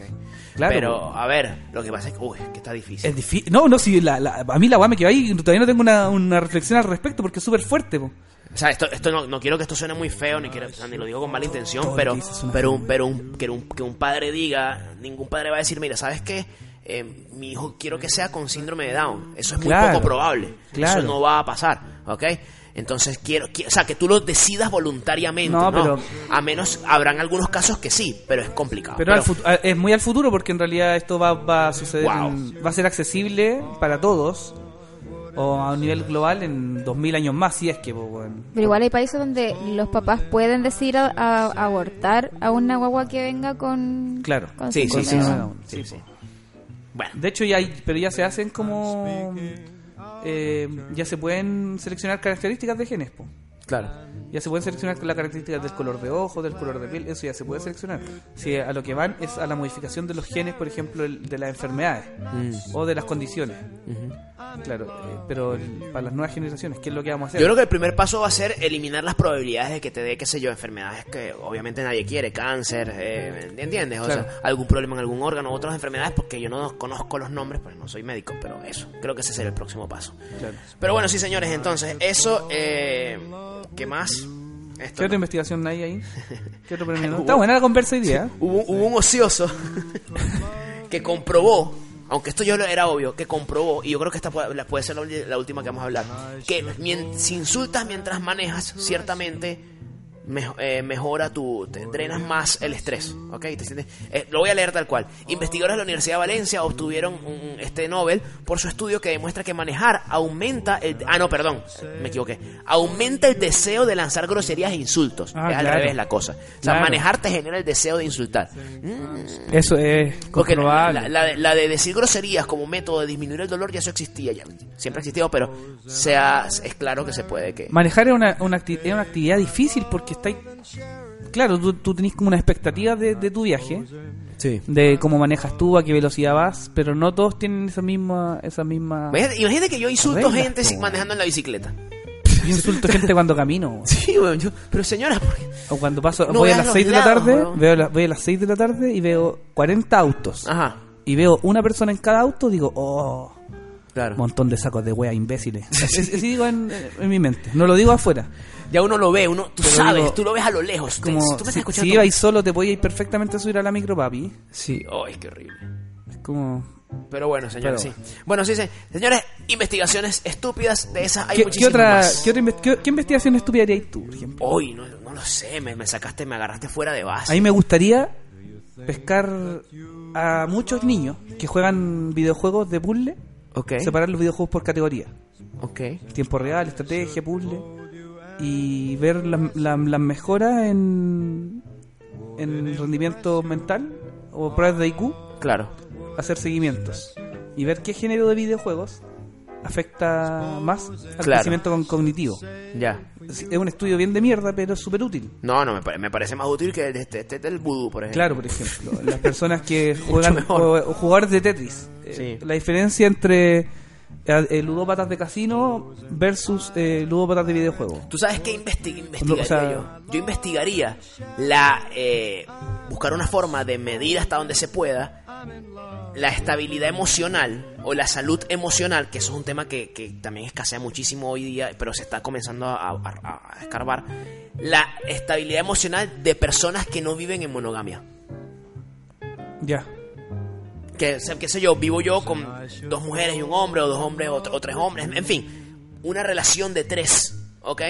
Speaker 2: Claro,
Speaker 1: Pero, a ver, lo que pasa es que, uy, que está difícil.
Speaker 2: Es difí- No, no, si la, la- a mí la weá me quedó ahí, todavía no tengo una, una reflexión al respecto porque es súper fuerte. po.
Speaker 1: O sea, esto, esto no, no quiero que esto suene muy feo, ni, quiero, o sea, ni lo digo con mala intención,
Speaker 2: Todo
Speaker 1: pero,
Speaker 2: lo que dices es una
Speaker 1: pero, un, pero un- que, un, que un padre diga, ningún padre va a decir, mira, ¿sabes qué? Eh, mi hijo quiero que sea con síndrome de Down. Eso es muy
Speaker 2: Claro,
Speaker 1: poco probable.
Speaker 2: claro.
Speaker 1: Eso no va a pasar, ¿ok? Entonces quiero, qui- o sea, que tú lo decidas voluntariamente,
Speaker 2: No,
Speaker 1: ¿no?
Speaker 2: pero-
Speaker 1: A menos, habrán algunos casos que sí, Ah, pero es complicado.
Speaker 2: Pero, al fut- a- es muy al futuro porque en realidad esto va, va a suceder,
Speaker 1: Wow.
Speaker 2: en- va a ser accesible para todos o a un nivel global en 2000 años más, si es que. po, weón.
Speaker 3: Pero igual hay países donde los papás pueden decidir a, a- a abortar a una guagua que venga con.
Speaker 2: Claro.
Speaker 3: con
Speaker 1: Sí, sí, sí.
Speaker 3: síndrome de
Speaker 1: sí,
Speaker 3: Down.
Speaker 2: sí,
Speaker 1: sí,
Speaker 2: sí,
Speaker 1: sí. Bueno,
Speaker 2: De hecho, ya hay, pero ya se hacen como. eh, ya se pueden seleccionar características de genes, po.
Speaker 1: claro.
Speaker 2: Ya se pueden seleccionar las características del color de ojo, del color de piel, eso ya se puede seleccionar. Si a lo que van es a la modificación de los genes, por ejemplo, el- de las enfermedades o de las condiciones. Claro, eh, pero el- para las nuevas generaciones, ¿qué es lo que vamos a hacer?
Speaker 1: Yo creo que el primer paso va a ser eliminar las probabilidades de que te dé, qué sé yo, enfermedades que obviamente nadie quiere, cáncer, eh, ¿entiendes? O
Speaker 2: Claro.
Speaker 1: sea, algún problema en algún órgano, otras enfermedades, porque yo no conozco los nombres, pues no soy médico, pero eso, creo que ese será el próximo paso.
Speaker 2: Claro.
Speaker 1: Pero bueno, sí, señores, entonces, eso, eh, ¿qué más?
Speaker 2: ¿Qué
Speaker 1: Esto,
Speaker 2: otra
Speaker 1: no.
Speaker 2: investigación hay ahí? ¿Qué otro premio? no? Está buena la conversa hoy día. ¿eh?
Speaker 1: hubo, hubo un ocioso que comprobó, aunque esto yo lo era obvio, que comprobó, y yo creo que esta puede, la- puede ser la, ul- la última que vamos a hablar, que mien- si insultas mientras manejas, ciertamente mejo- eh, mejora tu, te drenas más el estrés, ¿ok? Te sientes- eh, lo voy a leer tal cual. Investigadores de la Universidad de Valencia obtuvieron un- este Nobel por su estudio que demuestra que manejar aumenta el... Ah, no, perdón, me equivoqué. Aumenta el deseo de lanzar groserías e insultos.
Speaker 2: Ah,
Speaker 1: es al
Speaker 2: claro.
Speaker 1: revés la cosa. O sea,
Speaker 2: Claro.
Speaker 1: manejar te genera el deseo de insultar. ¿Mm?
Speaker 2: Eso es
Speaker 1: Porque la,
Speaker 2: comprobable.
Speaker 1: la de, la de decir groserías como método de disminuir el dolor ya eso existía, ya siempre ha existido, pero sea, es claro que se puede que...
Speaker 2: Manejar es una, una acti- es una actividad difícil porque estáis... Claro, tú, tú tenés como una expectativa de, de tu viaje,
Speaker 1: Sí.
Speaker 2: de cómo manejas tú, a qué velocidad vas, pero no todos tienen esa misma... Esa misma...
Speaker 1: Imagínate, imagínate que yo insulto
Speaker 2: Reglas,
Speaker 1: gente sin-
Speaker 2: po.
Speaker 1: manejando en la bicicleta.
Speaker 2: Yo insulto gente cuando camino.
Speaker 1: Sí, weón, yo- pero señora, ¿por qué?
Speaker 2: O cuando paso,
Speaker 1: No
Speaker 2: voy a
Speaker 1: veas
Speaker 2: las
Speaker 1: los
Speaker 2: 6 de la
Speaker 1: lados,
Speaker 2: tarde,
Speaker 1: weón. Ah.
Speaker 2: veo la- voy a las 6 de la tarde y veo 40 autos.
Speaker 1: Ajá,
Speaker 2: Y veo una persona en cada auto, digo, oh,
Speaker 1: claro.
Speaker 2: montón de sacos de wea imbéciles. Así así digo en, en mi mente, no lo digo afuera.
Speaker 1: Ya uno lo ve, uno, tú
Speaker 2: Pero
Speaker 1: sabes,
Speaker 2: digo,
Speaker 1: tú lo ves a lo lejos. te-
Speaker 2: Como
Speaker 1: tú me estás
Speaker 2: si,
Speaker 1: escuchando...
Speaker 2: si
Speaker 1: tú-
Speaker 2: ibais solo te podíais perfectamente subir a la micro, papi.
Speaker 1: Sí, ay, qué horrible.
Speaker 2: Es como...
Speaker 1: Pero bueno, señores,
Speaker 2: Pero-
Speaker 1: sí. Bueno, sí, sí. Señores, investigaciones estúpidas de esas hay
Speaker 2: ¿Qué, qué
Speaker 1: muchísimas
Speaker 2: otra,
Speaker 1: más.
Speaker 2: qué, otra inve- qué- qué investigación estúpida harías tú, por ejemplo?
Speaker 1: Hoy, no, no lo sé, me, me sacaste, me agarraste fuera de base.
Speaker 2: A mí me gustaría pescar a muchos niños que juegan videojuegos de puzzle,
Speaker 1: Ok,
Speaker 2: separar los videojuegos por categoría.
Speaker 1: ok.
Speaker 2: tiempo real, estrategia, puzzle y ver la- la- las mejoras en, en rendimiento mental o pruebas de IQ,
Speaker 1: Claro.
Speaker 2: hacer seguimientos y ver qué género de videojuegos afecta más al
Speaker 1: Claro.
Speaker 2: crecimiento con- cognitivo.
Speaker 1: Ya.
Speaker 2: Es es un estudio bien de mierda, pero es súper útil.
Speaker 1: No, no, me, pare- me parece más útil que el de este, este del vudú, por ejemplo.
Speaker 2: Claro, por ejemplo, las personas que juegan
Speaker 1: mejor.
Speaker 2: o, o jugadores de Tetris. Eh,
Speaker 1: Sí.
Speaker 2: La diferencia entre eh, eh, ludópatas de casino versus eh, ludópatas de videojuego.
Speaker 1: ¿Tú sabes qué investi-
Speaker 2: No,
Speaker 1: investigaría
Speaker 2: o sea-
Speaker 1: yo? Yo investigaría la... eh, buscar una forma de medir hasta donde se pueda la estabilidad emocional o la salud emocional, que eso es un tema que, que también escasea muchísimo hoy día, pero se está comenzando a, a- a escarbar. La estabilidad emocional de personas que no viven en monogamia.
Speaker 2: Ya.
Speaker 1: que se- qué sé yo, vivo yo con dos mujeres y un hombre, o dos hombres o, tr- o tres hombres, en fin, una relación de tres, ¿ok?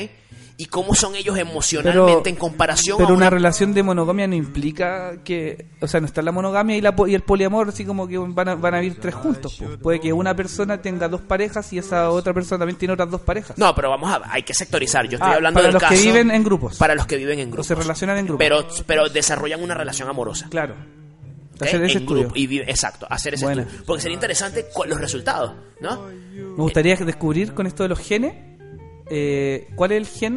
Speaker 1: Y cómo son ellos emocionalmente en comparación
Speaker 2: pero
Speaker 1: a
Speaker 2: una
Speaker 1: una...
Speaker 2: relación de monogamia no implica que o sea no está la monogamia y la po- y el poliamor así como que van a, van a vivir tres juntos po. puede que una persona tenga dos parejas y esa otra persona también tiene otras dos parejas
Speaker 1: No, pero vamos a, hay que sectorizar. Yo estoy
Speaker 2: Ah,
Speaker 1: hablando
Speaker 2: para
Speaker 1: del
Speaker 2: los
Speaker 1: caso
Speaker 2: que viven en grupos
Speaker 1: para los que viven en
Speaker 2: o
Speaker 1: grupos,
Speaker 2: se relacionan en grupos
Speaker 1: pero pero desarrollan una relación amorosa.
Speaker 2: claro
Speaker 1: ¿ok?
Speaker 2: hacer ese
Speaker 1: En
Speaker 2: estudio
Speaker 1: grupo y vi- exacto, hacer ese
Speaker 2: Buena.
Speaker 1: estudio. porque sería interesante cu- los resultados, ¿no?
Speaker 2: me gustaría descubrir con esto de los genes eh, cuál es el gen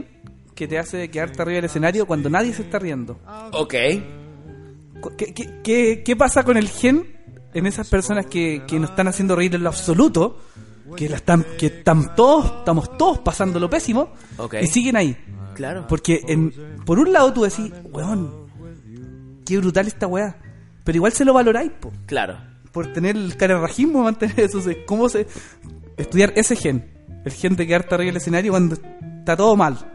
Speaker 2: que te hace quedarte arriba del escenario cuando nadie se está riendo
Speaker 1: Ok.
Speaker 2: Cu- ¿Qué, qué, qué- qué pasa con el gen en esas personas que, que nos están haciendo reír en lo absoluto? Que la están, que están todos, estamos todos pasando lo pésimo
Speaker 1: Ok.
Speaker 2: y siguen ahí.
Speaker 1: Claro.
Speaker 2: Porque en, por un lado tú decís, weón, qué brutal esta weá. Pero igual se lo valoráis, po.
Speaker 1: Claro.
Speaker 2: Por tener el cararrajismo, mantener eso. o sea, ¿Cómo se. Estudiar ese gen. El gen de quedarte arriba del escenario cuando está todo mal.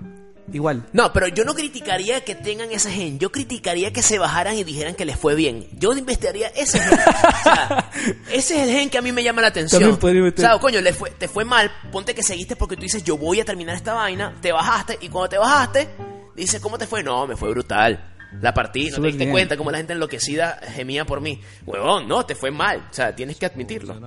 Speaker 2: Igual.
Speaker 1: No, pero yo no criticaría que tengan ese gen. Yo criticaría que se bajaran y dijeran que les fue bien. Yo investigaría ese gen. O sea, ese es el gen que a mí me llama la atención.
Speaker 2: También podría meter-
Speaker 1: O sea, coño, le fue- te fue mal. Ponte que seguiste porque tú dices, yo voy a terminar esta vaina. Te bajaste. Y cuando te bajaste, dices, ¿cómo te fue? No, me fue brutal. La partí, no te
Speaker 2: Súper
Speaker 1: diste
Speaker 2: bien.
Speaker 1: cuenta cómo la gente enloquecida gemía por mí. Huevón, no, te fue mal. O sea, tienes que admitirlo.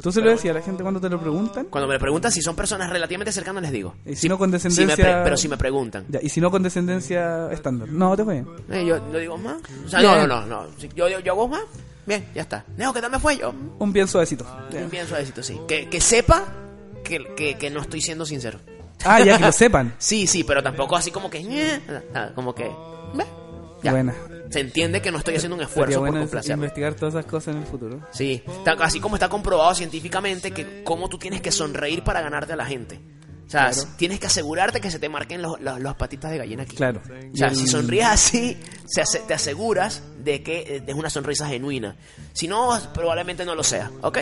Speaker 2: Tú se lo decías a la gente cuando te lo preguntan.
Speaker 1: Cuando me preguntan si son personas relativamente cercanas, les digo.
Speaker 2: Y si no
Speaker 1: Si me
Speaker 2: condescendencia.
Speaker 1: pre- pero si me preguntan.
Speaker 2: Ya, y si no con descendencia estándar. No, te fue. bien.
Speaker 1: Eh, yo, yo digo más. O sea,
Speaker 2: Bien.
Speaker 1: no, no, no. no. Si Yo, yo, yo hago más. Bien, ya está. Neo, ¿qué tal me fue yo?
Speaker 2: Un bien suavecito.
Speaker 1: Un bien suavecito, sí. Que, que sepa que, que, que no estoy siendo sincero.
Speaker 2: Ah, ya que lo sepan.
Speaker 1: Sí, sí, pero tampoco así como que. ñe, nada, como que. ve, Ya.
Speaker 2: Buena.
Speaker 1: Se entiende que no estoy haciendo un
Speaker 2: Sería
Speaker 1: esfuerzo por
Speaker 2: bueno
Speaker 1: complacerlo.
Speaker 2: investigar todas esas cosas en el futuro.
Speaker 1: Sí, Está- así como está comprobado científicamente que cómo tú tienes que sonreír para ganarte a la gente. O sea,
Speaker 2: Claro.
Speaker 1: tienes que asegurarte que se te marquen los, los- las patitas de gallina aquí.
Speaker 2: Claro.
Speaker 1: O sea,
Speaker 2: Y el-
Speaker 1: si sonríes así, se ase- te aseguras de que eh, es una sonrisa genuina. Si no, probablemente no lo sea, ¿ok?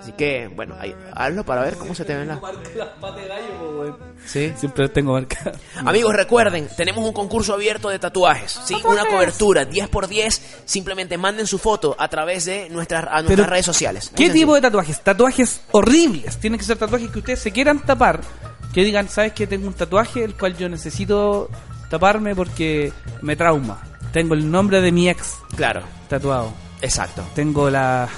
Speaker 1: Así que, bueno, ahí, hazlo para ver cómo se te ven las... Sí.
Speaker 2: Siempre tengo marca.
Speaker 1: Amigos, recuerden, tenemos un concurso abierto de tatuajes, ¿sí? Una cobertura 10 por 10 Simplemente manden su foto a través de nuestras, a nuestras
Speaker 2: Pero,
Speaker 1: redes sociales. Muy
Speaker 2: ¿Qué
Speaker 1: sencillo.
Speaker 2: tipo de tatuajes? Tatuajes horribles. Tienen que ser tatuajes que ustedes se quieran tapar. Que digan, ¿sabes que Tengo un tatuaje el cual yo necesito taparme porque me trauma. Tengo el nombre de mi ex
Speaker 1: Claro,
Speaker 2: tatuado.
Speaker 1: exacto.
Speaker 2: Tengo la...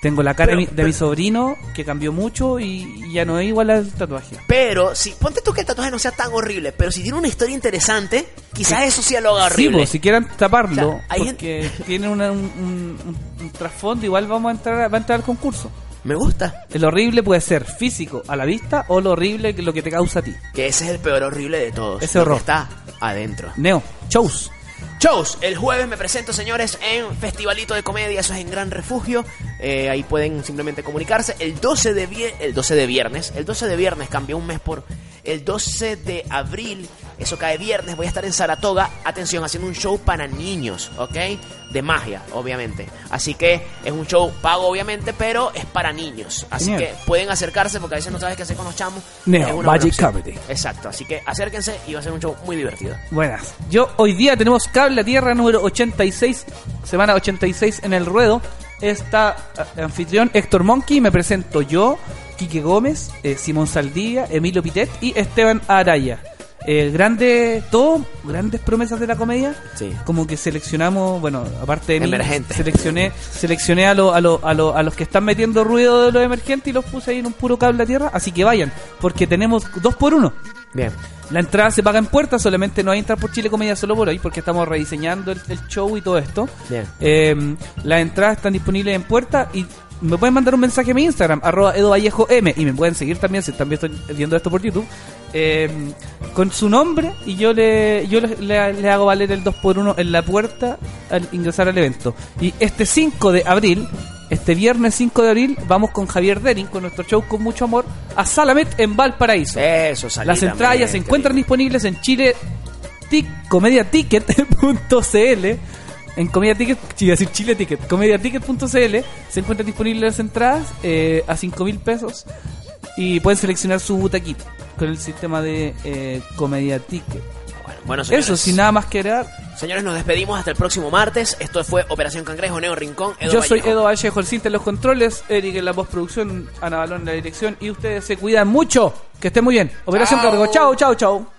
Speaker 2: Tengo la cara
Speaker 1: Pero-
Speaker 2: de, mi, de mi sobrino que cambió mucho y, y ya no es igual al tatuaje.
Speaker 1: Pero, si, ponte tú que el tatuaje no sea tan horrible, pero si tiene una historia interesante, quizás eso sí lo haga
Speaker 2: Sí,
Speaker 1: horrible.
Speaker 2: pues, si quieran taparlo,
Speaker 1: O sea, hay
Speaker 2: porque tiene una- un, un- un- un trasfondo, igual vamos a entrar, va a entrar al concurso.
Speaker 1: Me gusta.
Speaker 2: El horrible puede ser físico a la vista o lo horrible que lo que te causa a ti.
Speaker 1: Que ese es el peor horrible de todos.
Speaker 2: Ese
Speaker 1: lo que
Speaker 2: horror.
Speaker 1: Está adentro.
Speaker 2: Neo, shows.
Speaker 1: Shows, el jueves me presento, señores, en Festivalito de Comedia, eso es en Gran Refugio. Eh, ahí pueden simplemente comunicarse. El 12 de vie- el 12 de viernes, el 12 de viernes cambió un mes por el 12 de abril, eso cae viernes, voy a estar en Saratoga, atención, haciendo un show para niños, ¿ok? De magia, obviamente. Así que es un show pago, obviamente, pero es para niños. Así
Speaker 2: Genial.
Speaker 1: que pueden acercarse porque a veces no sabes qué hacer con los chamos.
Speaker 2: Neo,
Speaker 1: Es una buena
Speaker 2: Magic
Speaker 1: opción.
Speaker 2: Comedy.
Speaker 1: Exacto, así que acérquense y va a ser un show muy divertido.
Speaker 2: Buenas. Yo hoy día tenemos Cable a Tierra número 86, semana 86 en el ruedo. Está eh, anfitrión Héctor Monkey, me presento yo, Quique Gómez, eh, Simón Saldía, Emilio Pitet y Esteban Araya. Eh, grande, todo, grandes promesas de la comedia.
Speaker 1: Sí.
Speaker 2: Como que seleccionamos, bueno, aparte de mí,
Speaker 1: Emergente.
Speaker 2: seleccioné, seleccioné a, lo- a, lo- a, lo- a los que están metiendo ruido de los emergentes y los puse ahí en un puro cable a tierra. Así que vayan, porque tenemos dos por uno.
Speaker 1: Bien.
Speaker 2: La entrada se paga en puerta, solamente no hay entrar por Chile Comedia solo por hoy, porque estamos rediseñando el, el show y todo esto.
Speaker 1: Bien.
Speaker 2: Eh, las entradas están disponibles en puerta y me pueden mandar un mensaje a mi Instagram, arroba Edo Vallejo M, y me pueden seguir también si están viendo, viendo esto por YouTube, eh, con su nombre y yo le yo le, le- le hago valer el 2x1 en la puerta al ingresar al evento. Y este 5 de abril, este viernes 5 de abril, vamos con Javier Dering, con nuestro show con mucho amor, a Salamet en Valparaíso.
Speaker 1: Eso, salí
Speaker 2: Las
Speaker 1: también, este
Speaker 2: entradas ya se
Speaker 1: querido.
Speaker 2: encuentran disponibles en Chile Tic- comediaticket.cl en Comedia Ticket, iba a decir Chile Ticket, comediaticket.cl se encuentran disponibles las entradas eh, a 5 mil pesos y pueden seleccionar su butaquita con el sistema de eh, Comedia Ticket.
Speaker 1: Bueno, bueno,
Speaker 2: Eso,
Speaker 1: señores.
Speaker 2: sin nada más que agregar,
Speaker 1: Señores, nos despedimos hasta el próximo martes. Esto fue Operación Cangrejo, Neo Rincón. Edo
Speaker 2: yo soy
Speaker 1: Vallejo.
Speaker 2: Edo Vallejo, el cinta en los controles, Eric en la postproducción, Ana Balón en la dirección y ustedes se cuidan mucho, que estén muy bien. Operación
Speaker 1: Chao.
Speaker 2: Cargo, chao, chao, chao.